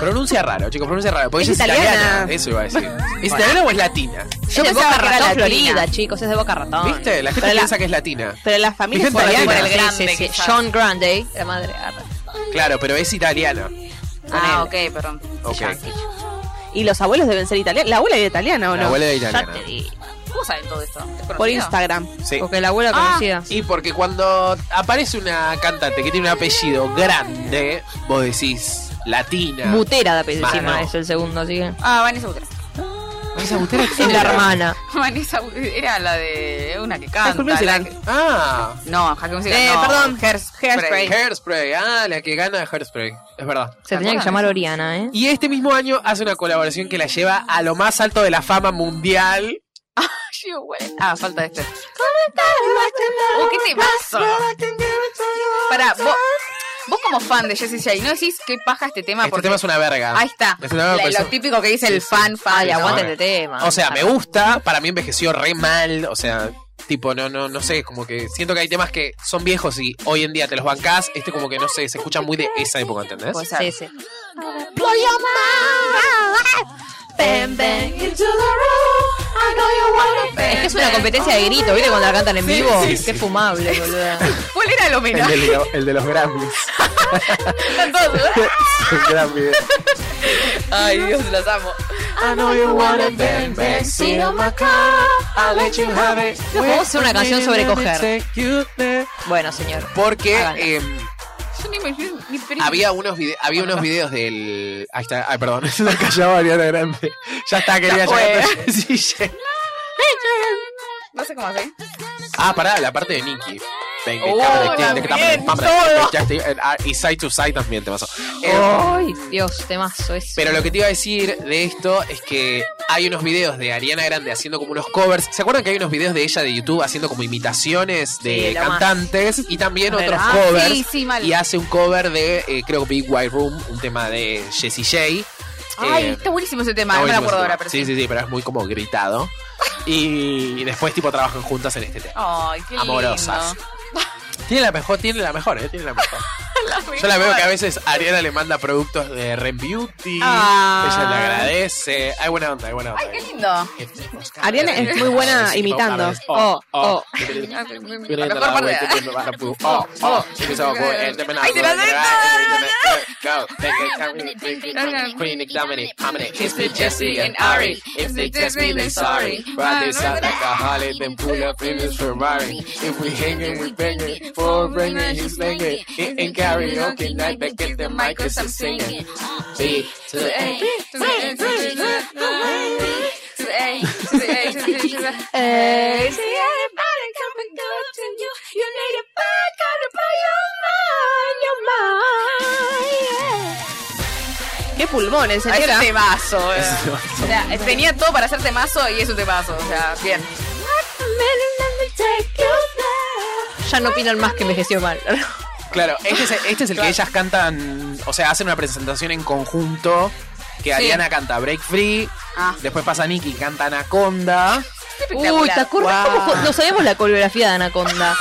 S1: Pronuncia raro, chicos, pronuncia raro. Porque
S6: Es
S1: ella es italiana.
S6: italiana.
S1: Eso iba a decir. ¿Es italiana o es latina?
S5: Yo
S6: Es de
S5: pensaba
S6: Boca
S5: que era
S6: Ratón,
S5: Florida,
S6: Florida.
S5: chicos, es de Boca Ratón.
S1: ¿Viste? La gente
S6: Pero la-
S1: piensa que es latina.
S6: Pero la familia
S1: Mi
S6: es
S1: gente
S6: italiana.
S1: por
S5: Por
S1: el
S5: el
S2: grande,
S5: grande,
S2: quizás.
S5: John Grande, eh, la madre. arre.
S1: Claro, pero es italiana.
S2: Ah, ok, perdón.
S1: Ok.
S6: Y los abuelos deben ser italianos. ¿La abuela era italiana o
S1: La
S6: no?
S1: abuela era
S5: Ya te
S1: italiana.
S5: digo.
S2: ¿Cómo saben todo esto? ¿Es
S6: Por
S2: conocido?
S6: Instagram.
S1: Sí.
S5: Porque la abuela
S2: Ah.
S5: conocida.
S1: Y porque cuando aparece una cantante que tiene un apellido grande, vos decís latina.
S5: Butera de apellido,
S1: Mano.
S5: encima es el segundo, así que.
S2: Ah, Vanessa Butera.
S1: Esa Butera
S5: Es la hermana.
S2: (laughs) Vanessa Butera era la de una que canta.
S6: Hackney Musical.
S2: la que-
S1: Ah.
S2: No, Hackney Musical.
S6: Eh,
S2: no.
S6: perdón,
S2: Hairs-
S6: Hairspray.
S1: Hairspray. Ah, la que gana Hairspray. Es verdad.
S5: Se tenía que
S2: acuerdan?
S5: llamar Oriana, ¿eh?
S1: Y este mismo año hace una colaboración que la lleva a lo más alto de la fama mundial.
S2: Ay, güey. Ah, falta este. Uh,
S3: Oh,
S2: ¿qué te pasa? Pará, vos, vos como fan de Jessie J, ¿no decís qué paja este tema?
S1: Este
S2: porque
S1: tema es una verga.
S2: Ahí está.
S1: Es una verga,
S2: La-
S1: por eso-
S2: lo típico que dice el fan, fan.
S5: Ay,
S2: ¿no?
S5: aguante
S1: bueno.
S5: este tema.
S1: O sea, me gusta, para mí envejeció re mal, o sea, tipo, no, no, no sé, como que siento que hay temas que son viejos y hoy en día te los bancás, este como que no sé, se escucha muy de esa época, ¿entendés?
S2: Pues,
S5: Sí, sí.
S3: Blow your mind. Bang, bang into the room. I know you wanna
S5: Es que
S3: bang.
S5: es una competencia de grito, ¿viste? Cuando la cantan en vivo.
S1: sí, sí.
S5: Qué fumable, boluda.
S2: ¿Cuál era el homenaje?
S1: de, los Grammys.
S5: (laughs)
S2: Están todos, ¿verdad?
S1: (laughs)
S2: Ay, Dios, los amo.
S3: I know you wanna bang, bang. Sit on my car. I'll let you have it.
S5: Vamos a hacer una canción sobre coger. Bueno, señor.
S1: Porque
S5: Háganlo.
S1: eh,
S2: Yo ni me yo ni me-
S1: había unos vide- había unos videos del. Ahí está, ay, perdón, (laughs) la callaba Ariana Grande. Ya está, quería
S2: Ya
S1: llegar.
S2: fue.
S1: pero- (laughs) sí, ya-
S2: No sé cómo hacer.
S1: Ah, pará, la parte de Nicky. Ven, ven,
S2: Oh,
S1: cámara, ven, ven,
S2: también,
S1: cámara,
S2: todo. Oh.
S1: ven, ven, ven, ah, Y side to side también te pasó. Eh,
S5: Ay, Dios, temazo es.
S1: Pero lo que te iba a decir de esto es que hay unos videos de Ariana Grande haciendo como unos covers. ¿Se acuerdan que hay unos videos de ella de YouTube haciendo como imitaciones de
S5: Sí, lo más.
S1: cantantes y también otros
S2: Ah,
S1: covers?
S2: sí, sí, mal.
S1: Y hace un cover de, eh, creo que Big White Room, un tema de Jessie J.
S2: Ay,
S1: Eh,
S2: está buenísimo ese tema.
S1: está
S2: No me
S1: buenísimo
S2: acuerdo
S1: ese
S2: ahora,
S1: tema.
S2: pero
S1: Sí, sí, sí, pero es muy como gritado. Y después, tipo, trabajan juntas en este tema.
S2: Ay, qué lindo. (laughs)
S1: Amorosas. (laughs) Tiene la mejor, tiene la mejor, eh, tiene la mejor. Yo la veo que a veces Ariana le manda productos de Ren Beauty,
S6: Ah.
S1: ella le agradece. Hay buena onda, hay buena onda.
S2: Ay, qué lindo.
S6: Ariana es muy buena imitando.
S1: Oh, oh.
S2: La mejor parte.
S1: (laughs) Oh, oh.
S2: Ay, te la
S1: (laughs) It's the Jesse and Ari. If they test me, they sorry. Ride this out like a Harley, then pull up in this Ferrari. If we hangin', we bangin'. For bringing, he's slinging. Hitting karaoke night, back at the mic, cause I'm singing. B to the A.
S6: Qué pulmones,
S2: Ay, Es
S6: señora.
S2: un temazo. eh. O sea, tenía todo para ser temazo y es un temazo. O sea, bien.
S5: Ya no opinan más que envejeció mal. (laughs)
S1: Claro, este es, este es el que ellas cantan, o sea, hacen una presentación en conjunto. Que Ariana canta Break Free,
S2: Ah.
S1: después pasa Nicky y canta Anaconda.
S2: Espectacular.
S5: Uy, ¿te acuerdas
S1: Wow.
S5: cómo no sabemos la coreografía de Anaconda?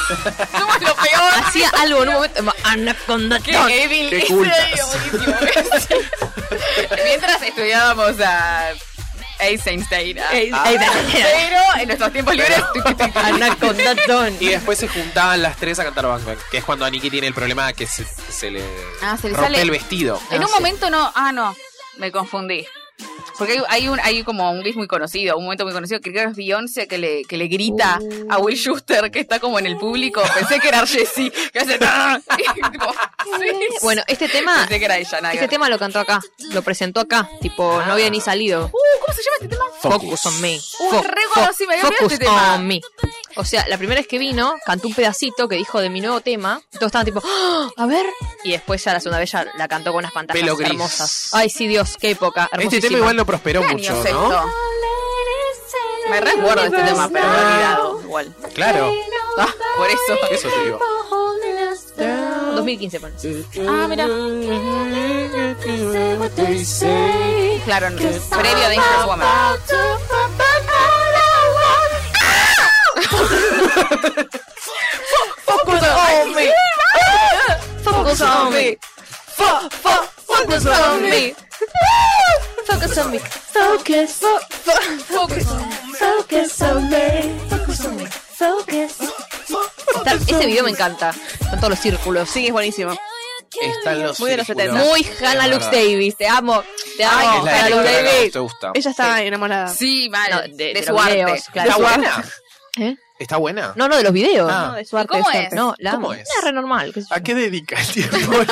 S2: Somos lo peor.
S5: Hacía algo en un momento. Anaconda,
S2: Qué
S5: no,
S2: débil.
S1: qué
S2: Ese
S1: cultas.
S2: era buenísimo, ese. Mientras estudiábamos a Eisenstein. ah.
S5: Ey, ey, ey,
S2: Pero en nuestros tiempos libres.
S5: Anaconda Don.
S1: Y después se juntaban las tres a cantar Bang Bang, que es cuando a Nicky tiene el problema que se, se le
S2: Ah, se le
S1: rompe
S2: sale.
S1: el vestido.
S2: En
S5: Ah,
S2: un
S5: sí.
S2: momento no. Ah, no. Me confundí. Porque hay, hay un, hay como un gris muy conocido, un momento muy conocido, que creo que es Beyoncé que le, que le grita a Will Schuster, que está como en el público. Pensé que era Jessie, que hace. ¡ah! y tipo, sí.
S5: Bueno, este tema.
S2: Pensé que era ella, nada que
S5: Este
S2: ver.
S5: tema lo cantó acá, lo presentó acá, tipo, no había ni salido.
S2: Uh, ¿Cómo se llama este tema?
S5: Focus on me.
S2: Uh,
S5: Fo-
S2: re
S5: fo-
S2: conocí, me había olvidado
S5: focus
S2: este tema.
S5: on me. O sea, la primera vez que vino, cantó un pedacito que dijo de mi nuevo tema. Y todos estaban tipo, "Ah, a ver. Y después ya la segunda vez ya la cantó con unas pantallas
S1: Pelo gris.
S5: hermosas. Ay, sí, Dios, qué época.
S1: Este tema
S5: hermosísima.
S1: igual no prosperó
S2: ¿Qué año
S1: mucho,
S2: es
S1: ¿no?
S2: esto? Me resguardo este tema, pero me he olvidado. Igual.
S1: Claro,
S2: Ah, por eso.
S1: eso te digo.
S5: 2015, pones.
S3: Ah, mira.
S2: Claro, no. previo a Dangerous Woman. Focus on me.
S5: Focus on me. Fo- fo- Focus on me. Focus on me.
S3: Focus,
S2: Focus
S3: focus on me. Focus.
S5: Está- Este video me encanta. Con todos los círculos.
S6: Sí, es buenísimo.
S1: Están los
S6: Muy de los
S1: círculos.
S6: 70.
S5: Muy Hannah Lux Davis. Te amo. Te
S2: Ay,
S5: amo,
S1: Es la
S5: Hannah Lux
S1: directora que
S5: Davis.
S1: más te gusta.
S6: Ella está enamorada.
S2: Sí, mal.
S5: No,
S2: de,
S5: de
S2: su
S5: los
S2: arte.
S5: videos, claro.
S1: ¿Está
S5: Su
S1: buena?
S5: ¿Eh?
S1: ¿Está buena?
S5: No, no, de los videos.
S1: Ah.
S6: No, de su
S2: ¿Y
S6: arte.
S2: cómo
S6: de su
S2: es?
S6: arte.
S5: No, la
S1: ¿Cómo
S5: amo.
S1: es?
S5: Era re normal. qué sé yo.
S1: ¿A qué dedica el tiempo (laughs) libre?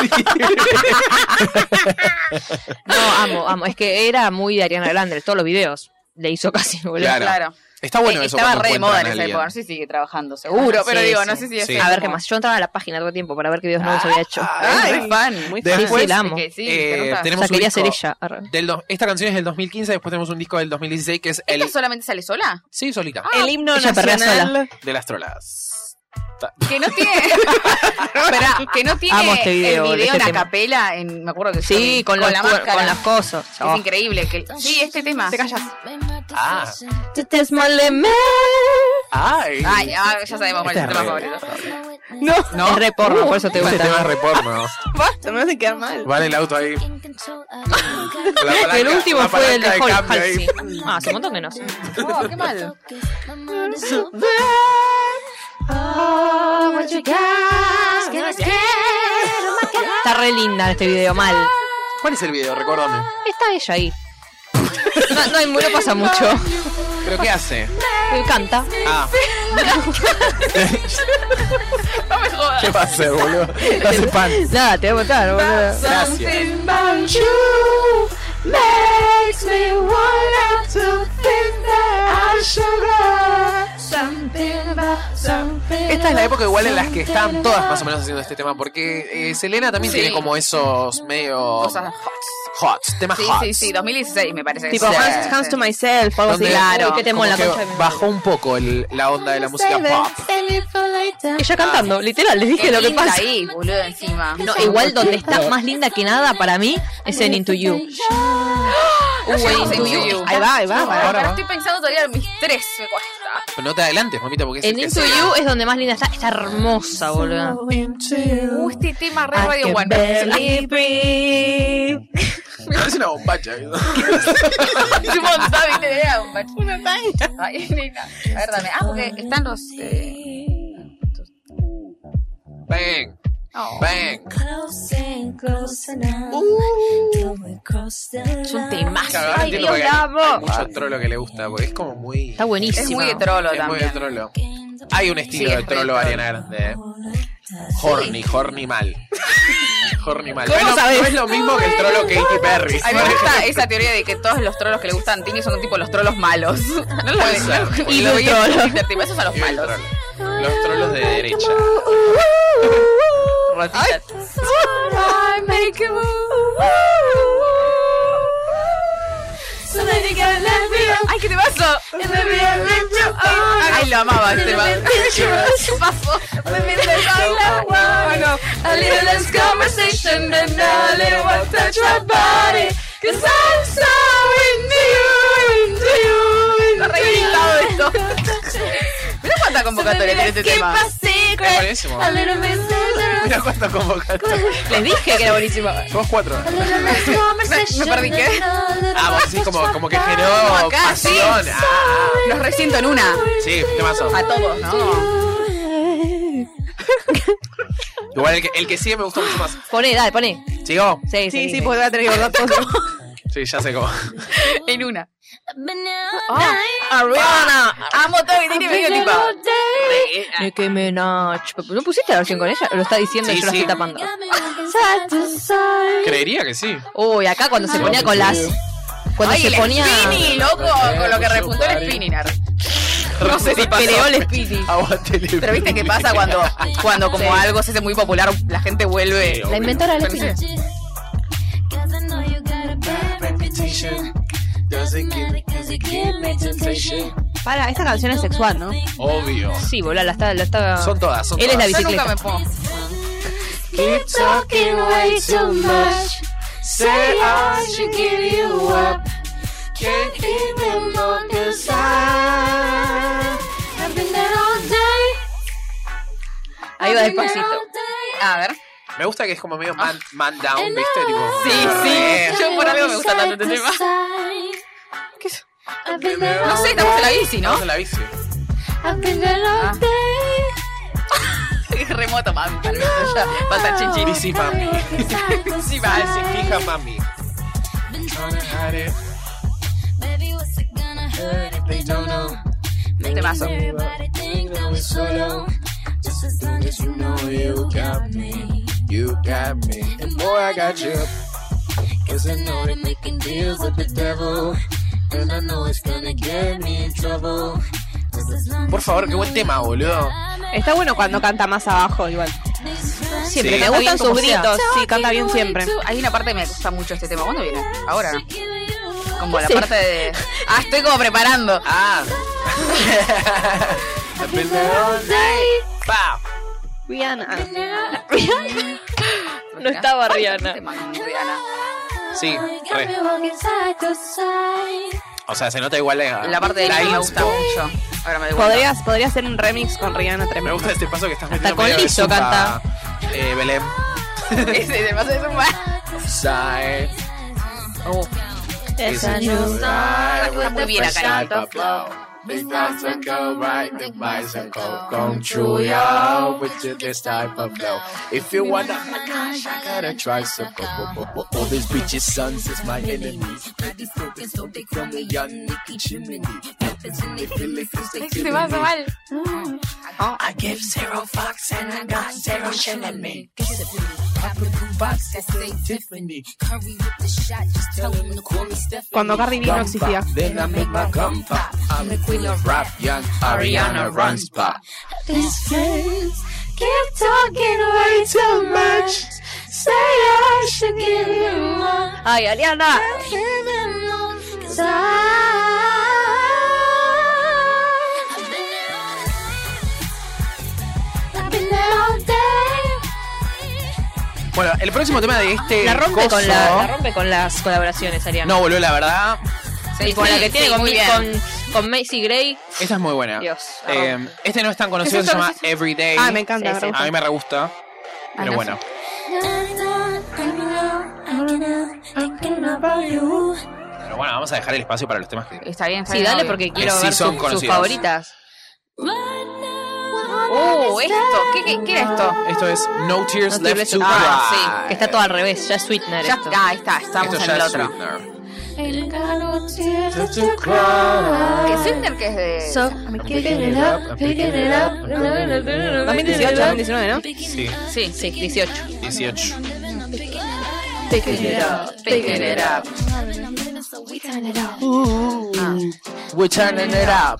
S5: No, amo, amo. Es que era muy de Ariana Grande, todos los videos. Le hizo casi, boludo.
S1: Claro.
S2: Claro.
S1: Está bueno
S2: Eh,
S1: eso.
S2: Estaba
S1: cuando
S2: re de moda en
S1: encuentran
S2: esa
S1: a alguien.
S2: época. No sé si sigue trabajando, seguro. Pero
S5: Sí,
S2: digo,
S5: sí.
S2: no sé si es.
S1: Sí.
S5: A ver qué más. Yo entraba a la página todo el tiempo para ver qué videos
S1: Ah,
S5: nuevos había hecho.
S2: Ay, es fan.
S6: Muy
S1: Después-
S6: fan.
S5: Sí, sí, la amo.
S2: Es que sí,
S1: Eh,
S2: te nota.
S5: Ah, O
S1: tenemos
S5: sea,
S1: un
S5: quería ser
S1: disco
S5: ella. arre.
S1: Del dos- esta canción es del 2015, después tenemos un disco del 2016 que es el...
S2: ¿Esta solamente sale sola?
S1: Sí, solita.
S5: Ah.
S6: El himno
S5: Ella perrea
S6: nacional.
S1: De las trolas.
S2: Que no tiene. Esperá, que no tiene
S5: Amo este video,
S2: el
S5: de
S2: video
S5: este
S2: en
S5: tema.
S2: capela. En, me acuerdo que
S5: Sí, con, los
S2: la
S5: cuer-
S2: máscara.
S5: con oh. las cosas.
S2: Es increíble que. Sí, este tema.
S6: Te callas.
S1: Ah. Ay.
S2: Ay, ah, ya sabemos cuál es el
S1: Este es
S2: tema
S1: re-
S2: favorito.
S6: (laughs) No,
S1: No.
S5: Es re porno, por eso te
S1: Este
S5: gusta.
S1: tema es reporno.
S6: basta, me hace quedar mal.
S1: Vale el auto ahí. Con la palanca-
S5: Este, El último
S1: la
S5: fue el de
S1: palanca
S5: Hall
S1: cambio ahí.
S5: Halsey. Ah, hace un montón que no. sé.
S2: Oh, qué mal.
S3: Oh, what you guys gonna get? Oh my God.
S5: Está re linda en este video, mal.
S1: ¿Cuál es el video? Recuérdame.
S5: Está ella ahí. No, no, hay- no pasa mucho.
S1: ¿Pero qué hace?
S5: Me encanta.
S1: Ah.
S2: No me jodas.
S1: ¿Qué va a hacer, boludo? No hace pan.
S5: Nada, te voy a votar, boludo.
S1: Gracias.
S3: Something about you makes me want to think that I should. Something about something.
S1: Esta es la época igual en las que están todas más o menos haciendo este tema, porque eh, Selena también
S2: Sí.
S1: tiene como esos medio
S2: Cosas hot.
S1: hot, temas
S2: Sí,
S1: hot.
S2: sí, sí, 2016 me parece. que
S6: Tipo,
S2: sí.
S6: hands, hands to myself. algo así.
S1: Donde-
S2: Claro.
S5: Uy, qué temón,
S1: como
S5: la
S1: que
S5: concha de mi madre.
S1: bajó un poco el- la onda de la música pop.
S5: Ella cantando, literal, les dije
S2: Qué
S5: lo que
S2: linda
S5: pasa.
S2: ahí, boludo, encima.
S5: No, igual donde está más linda que nada para mí es en Into You. Uh,
S2: llegamos a
S5: en
S2: Into
S5: You.
S2: You.
S6: Ahí va, ahí va.
S1: Ahora
S2: Pero
S1: va.
S2: estoy pensando todavía en mis tres, me cuesta.
S1: Pero no te adelantes, mamita, porque es
S5: En
S1: el que
S5: Into
S1: sea.
S5: You es donde más linda está. Está hermosa, boludo.
S2: Uh, este tema re
S6: I
S2: Radio
S6: can
S2: One.
S6: barely breathe.
S1: Me parece una bombacha. ¿no?
S2: (laughs) Un montón, ¿viste? De era un macho. Ay, nena. A ver, dame. Ah, porque están los. Eh...
S1: Bang,
S2: oh.
S1: bang.
S3: Close and close enough till we cross the
S2: Es un
S3: line.
S2: temazo.
S1: Claro, ahora
S2: Ay,
S1: entiendo
S2: Dios,
S1: por qué hay-
S2: la
S1: hay
S2: amo.
S1: mucho trolo que le gusta, porque es como muy.
S5: Está buenísima.
S2: Es muy de trolo
S1: es muy
S2: también.
S1: de trolo. Hay un estilo
S2: Sí, es
S1: de trolo
S2: re
S1: Ariana Grande. eh. Horny, horny mal. horny mal.
S5: ¿Cómo
S1: Bueno,
S5: sabes?
S1: No es lo mismo que el trolo Katy Perry.
S2: A mí me gusta esa teoría de que todos los trolos que le gustan a Tini son tipo los trolos malos. (laughs) No lo
S1: Puede ser.
S2: Y
S1: Y
S2: lo
S1: los
S2: veía en Twitter, tipo, esos son los
S1: Y el
S2: malos.
S1: trolo. Los trolos de derecha.
S2: Rotitas.
S3: So let it go, let me out,
S2: Ay, ¿qué te pasó?
S3: let me out, let me out.
S2: Ay, lo amaba este tema. ¿Qué pasó? Oh,
S3: A little less conversation and a little more touch my body. Cause I'm so into you, into you,
S2: Está
S3: into
S2: re gritado
S3: (laughs)
S2: esto. Mira cuánta convocatoria tiene este
S3: Let's keep
S2: tema.
S3: our secret.
S1: Es buenísimo.
S3: A little bit dangerous.
S1: Mira cuánto convocatoria.
S5: Les dije que era buenísima.
S1: Somos cuatro.
S3: A little less conversation.
S2: Me- me perdí, ¿qué?
S3: and a little
S1: Ah, vos decís como, como que generó
S2: Como acá, sí.
S1: pasión. Ah,
S2: Los resiento en una.
S1: sí, ¿qué pasó?
S2: A todos, ¿no?
S1: Igual el que, el que sigue me gustó mucho más.
S5: Poné, dale, poné.
S1: ¿Sigo?
S5: Sí, sí,
S6: Sí, sí,
S5: sí.
S6: porque voy a tener que guardar todo.
S1: Sí, ya sé cómo. (laughs)
S2: En una.
S3: Banana.
S2: Ah, Ariana. Amo todo que tiene medio tipo. eh,
S5: Nicki Minaj. ¿No pusiste la versión con ella? ¿O lo está diciendo y
S1: Sí,
S5: yo lo
S1: sí.
S5: estoy tapando?
S3: Side to side.
S1: Creería que sí.
S5: Uy, acá cuando se ponía con las. Cuando
S2: Ay,
S5: se
S2: el
S5: ponía.
S2: spinning, loco, con lo que repuntó el spinning. ar. No sé si peleó el spinning.
S1: Aguántele.
S2: Pero viste qué pasa cuando, cuando como algo se hace muy popular, la gente vuelve.
S1: (laughs)
S5: La inventora del
S2: Pero
S5: spinning.
S2: sí.
S3: Cause I know you got a bad reputation. Doesn't matter cause you give me temptation.
S6: Para, esta canción es sexual, ¿no?
S1: Obvio.
S5: Sí, boludo, la está. La está...
S1: Son todas, son
S5: Él es la
S1: todas.
S2: Yo nunca
S5: bicicleta.
S2: me pongo.
S3: Keep talking way too much. Say
S2: Ah.
S3: I should give you up. Can't even on the side. I've been there all day.
S5: Ahí va
S3: I've been there
S5: despacito.
S3: all day.
S2: A ver.
S1: Me gusta que es como medio man, man down, ¿viste? Tipo,
S2: Ah. Sí, sí. Yo por algo me gusta tanto este tema.
S3: ¿Qué es? No
S2: No sé, estamos en la bici,
S1: (laughs)
S2: ¿no?
S1: Vamos a la bici.
S2: Ah. Es remoto, mami. tal vez, ya. Falta chinchín.
S1: Bici, mami.
S2: Sí, va, sí.
S1: Fija, mami.
S2: Temazo.
S1: You got me. And boy, I got you. Cause I know it
S3: Making deals with the devil, and I know it's gonna get me in trouble. Just as long
S1: Por
S3: as
S1: favor, qué buen tema, (laughs) boludo.
S6: Está bueno cuando canta más abajo, igual.
S3: these friends
S5: Siempre
S1: Sí.
S5: me
S6: Me gustan
S5: gustan
S6: sus
S5: como sea.
S6: gritos, sí, canta bien siempre.
S2: Hay una parte que me gusta mucho este tema. ¿Cuándo viene? Ahora.
S3: should give you up.
S2: Como la parte de. Ah, estoy como preparando. Este
S1: Ah. Pa.
S6: Rihanna.
S5: No estaba
S2: Ay,
S5: Rihanna.
S2: este tema con Rihanna.
S1: Sí,
S3: Got me
S1: re.
S3: walking side to side.
S1: O sea, se nota igual la,
S2: La parte de la me gusta
S1: inspo.
S2: mucho. Ahora me doy cuenta.
S6: Podrías, podría hacer un remix con Rihanna
S1: Me
S6: tremendo.
S1: gusta este paso que estás metiendo.
S5: con
S1: medio de
S5: Lizzo
S1: zumba,
S5: canta.
S1: Eh, Belén.
S2: (laughs) Ese tema se suma.
S1: Side. It's a new
S2: Está
S1: life.
S2: muy bien acá,
S1: Side
S2: ¿no?
S1: by blow. Big thoughts and go right, the minds and go come true, yo, with you this type of flow. If you wanna, oh my gosh, I gotta try some. All these bitches' sons is my enemies.
S2: Este tema se mal.
S1: Oh,
S7: I give zero fucks and I got zero shit in me. I put blue box that say Tiffany. Curry with the shot, just tell him to call me Stephanie.
S6: Cuando Cardi B no existía.
S7: Then I make my gum pop. I'm the queen of rap, young Ariana runs by.
S3: These friends keep talking way too much. Say I should give you up.
S5: Ay, Ariana.
S3: Even on the side. I've been there all day.
S1: Buen Bueno, el próximo tema de este.
S5: La rompe,
S1: coso-
S5: con la, la rompe con las colaboraciones, Ariana.
S1: No, boludo, la verdad.
S5: y con la que tiene con,
S2: muy bien.
S5: con, con Macy Gray.
S1: Esa es muy buena.
S5: Dios, la
S1: Eh,
S5: rompe.
S1: este no es tan conocido,
S2: ¿Es
S1: se
S2: eso?
S1: llama
S2: ¿Es
S1: Everyday.
S6: Ah, me encanta.
S5: Sí,
S6: me
S5: sí.
S6: re
S1: A mí me re gusta. Pero
S2: no
S1: bueno. Pero bueno, vamos a dejar el espacio para los temas que.
S2: Está bien, está
S5: Sí,
S2: bien,
S5: dale
S2: obvio.
S5: porque quiero
S1: sí
S5: ver
S1: son
S5: sus- sus,
S1: conocidas.
S5: favoritas.
S1: Oh.
S2: Uh, esto. ¿Qué, qué, qué era esto?
S1: Esto es No Tears
S5: No te
S1: Left
S5: ves-
S1: to Cry.
S5: ah, sí, que está todo al revés, ya es Sweetener.
S2: Ya,
S5: esto.
S2: ah, ahí está, estamos
S1: Esto
S2: en
S1: ya
S2: el
S1: es
S2: otro.
S1: Sweetener.
S2: Que Sweetener que es de.
S6: cool. 2018, 2019, ¿no?
S1: Sí,
S5: Sí, sí, 18.
S1: 18.
S2: Picking it up.
S1: We're turning it up.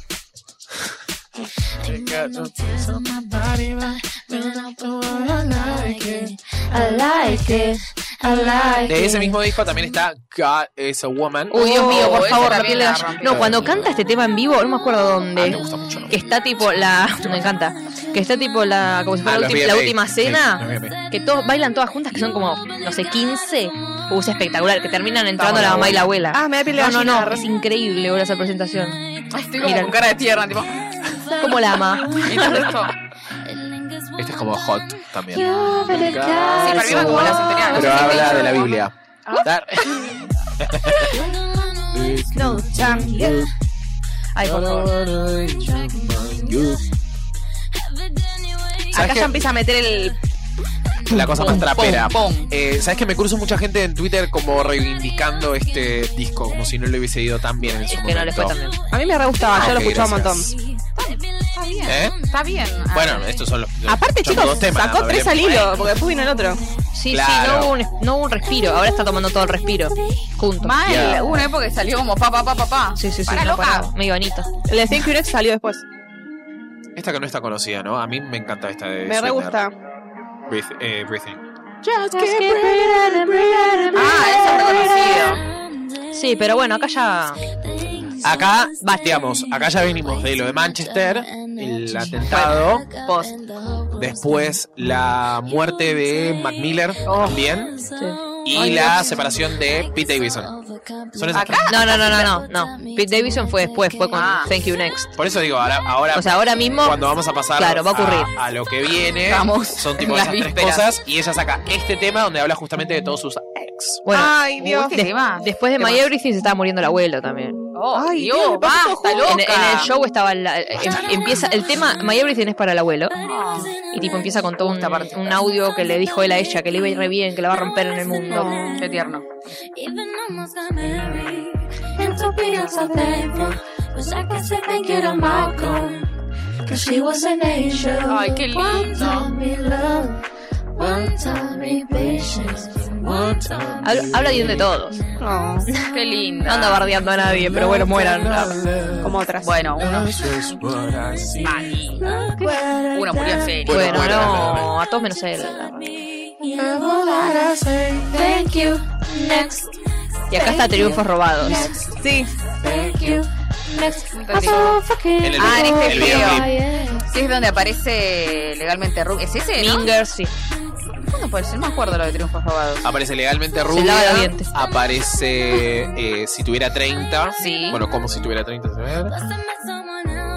S1: De ese mismo disco también está God is a Woman. Ah,
S5: Uy, Dios mío, por
S2: ese Oh,
S5: favor, la
S2: también
S5: piel de
S2: la
S5: gall-
S2: rompió.
S5: No, cuando canta este tema en vivo, no me acuerdo
S1: Ah, me
S5: dónde.
S1: gusta mucho. ¿no?
S5: Que está tipo la. (laughs) Me encanta. Que está tipo la. Como si fuera
S1: Ah,
S5: la,
S1: los
S5: ulti-
S1: VMA.
S5: la última
S1: Sí,
S5: cena.
S1: los VMA.
S5: que todos bailan todas juntas, que son como, no sé, 15. Uh, es espectacular. Que terminan entrando
S1: Estamos
S5: la
S1: la
S5: mamá y la abuela.
S6: Ah, me da piel de
S5: No, no,
S6: gallina.
S5: no. Es increíble, boludo, esa presentación.
S2: Estoy como
S5: Mira.
S2: con cara de tierra, tipo.
S5: ¿Cómo la ama?
S2: ¿Y todo
S5: (laughs)
S2: esto?
S1: Este es como hot también.
S2: Sí, para mí va como la centurión.
S1: Pero habla de la Biblia. Dar-
S5: Ay, por favor.
S1: ¿Sabes
S6: Acá ya
S1: qué?
S6: empieza a meter el.
S1: La cosa más trapera.
S2: pum, pum.
S1: Eh, ¿Sabes que me curso mucha gente en Twitter como reivindicando este disco? Como si no le hubiese ido tan bien en su
S5: Es que
S1: momento.
S5: no le fue tan bien.
S6: A mí me re gustaba,
S1: Ah,
S6: yo lo
S1: ok,
S6: escuchaba un montón.
S1: gracias.
S2: Está bien.
S1: ¿Eh?
S2: Está bien. Ah,
S1: Bueno, estos son los. los-
S6: Aparte,
S1: son
S6: chicos,
S1: dos temas,
S6: sacó
S1: ¿no?
S6: tres al
S1: Hablemos.
S6: hilo, porque después vino el otro.
S5: Sí, sí,
S1: Claro.
S5: no hubo, un, no hubo un respiro. Ahora está tomando todo el respiro. Junto.
S2: Mal,
S1: Ya.
S2: hubo una época que salió como pa, pa, pa, pa, pa.
S5: Sí, sí, sí.
S2: Pará,
S5: no
S2: loca.
S5: paraba. Medio bonito.
S6: El de Thank You Next salió después.
S1: Esta que no está conocida, ¿no? A mí me encanta esta de.
S6: Me re
S1: Sweetener.
S6: gusta.
S1: Breath- eh, breathing.
S2: Ah, eso es reconocido.
S5: Sí, pero bueno, acá ya.
S1: Acá, digamos, acá ya venimos de lo de Manchester, el atentado.
S2: Post.
S1: Después la muerte de Mac Miller también. Y la separación de Pete Davidson. Son esas tres.
S5: No, no, no, no, no, no. Pete Davidson fue después, fue con
S2: Ah.
S5: Thank You Next.
S1: Por eso digo, ahora, ahora
S5: O sea, ahora mismo.
S1: cuando vamos a pasar
S5: Claro, va a ocurrir.
S1: A, lo que viene,
S2: Vamos,
S1: son
S2: en
S1: tipo
S2: las
S1: esas tres
S2: vísperas.
S1: cosas. Y ella saca este tema donde habla justamente de todos sus ex.
S5: Bueno,
S6: Ay, Dios.
S2: Uy, este tema.
S5: después de My Everything se estaba muriendo el abuelo también.
S2: Oh,
S6: Ay,
S2: Dios,
S6: Dios, le pasó todo
S2: basta, loca.
S5: Ah, En, en el show estaba la- eh, empieza el tema My Everything es para el abuelo y tipo empieza con todo un, un audio que le dijo él a ella que le iba a ir re bien, que la va a romper en el mundo.
S2: Qué tierno.
S3: Even almost got married. And to be I'm so thankful. Cause I can say thank you to Malcolm. Cause she was an angel.
S2: Ay, qué
S3: One
S2: lindo.
S3: time me love. One time me patience. One time.
S5: Habla, habla bien de todos.
S2: Qué lindo.
S5: No anda bardeando a nadie, pero bueno, mueran.
S6: Como otras.
S2: Bueno, uno, uno murió en serio.
S5: Bueno,
S1: mueran,
S5: no, a todos menos a él.
S3: Never let us say thank you. Next.
S5: Y acá está triunfos robados.
S6: Sí.
S3: Thank you. Next. I'm
S2: Fantástico.
S3: so fucking
S1: En el,
S2: Ah, en
S1: video-
S2: este
S1: el
S2: video.
S1: videoclip.
S2: Sí, es donde aparece legalmente Ruby. ¿Es ese? ¿no?
S5: Mingers, sí.
S2: ¿Cuándo puede ser? No me acuerdo lo de Triunfos Robados.
S1: Aparece legalmente
S5: lava los
S1: rubia.
S5: dientes.
S1: Aparece eh, si tuviera 30.
S2: Sí.
S1: Bueno, como si tuviera 30. se ve.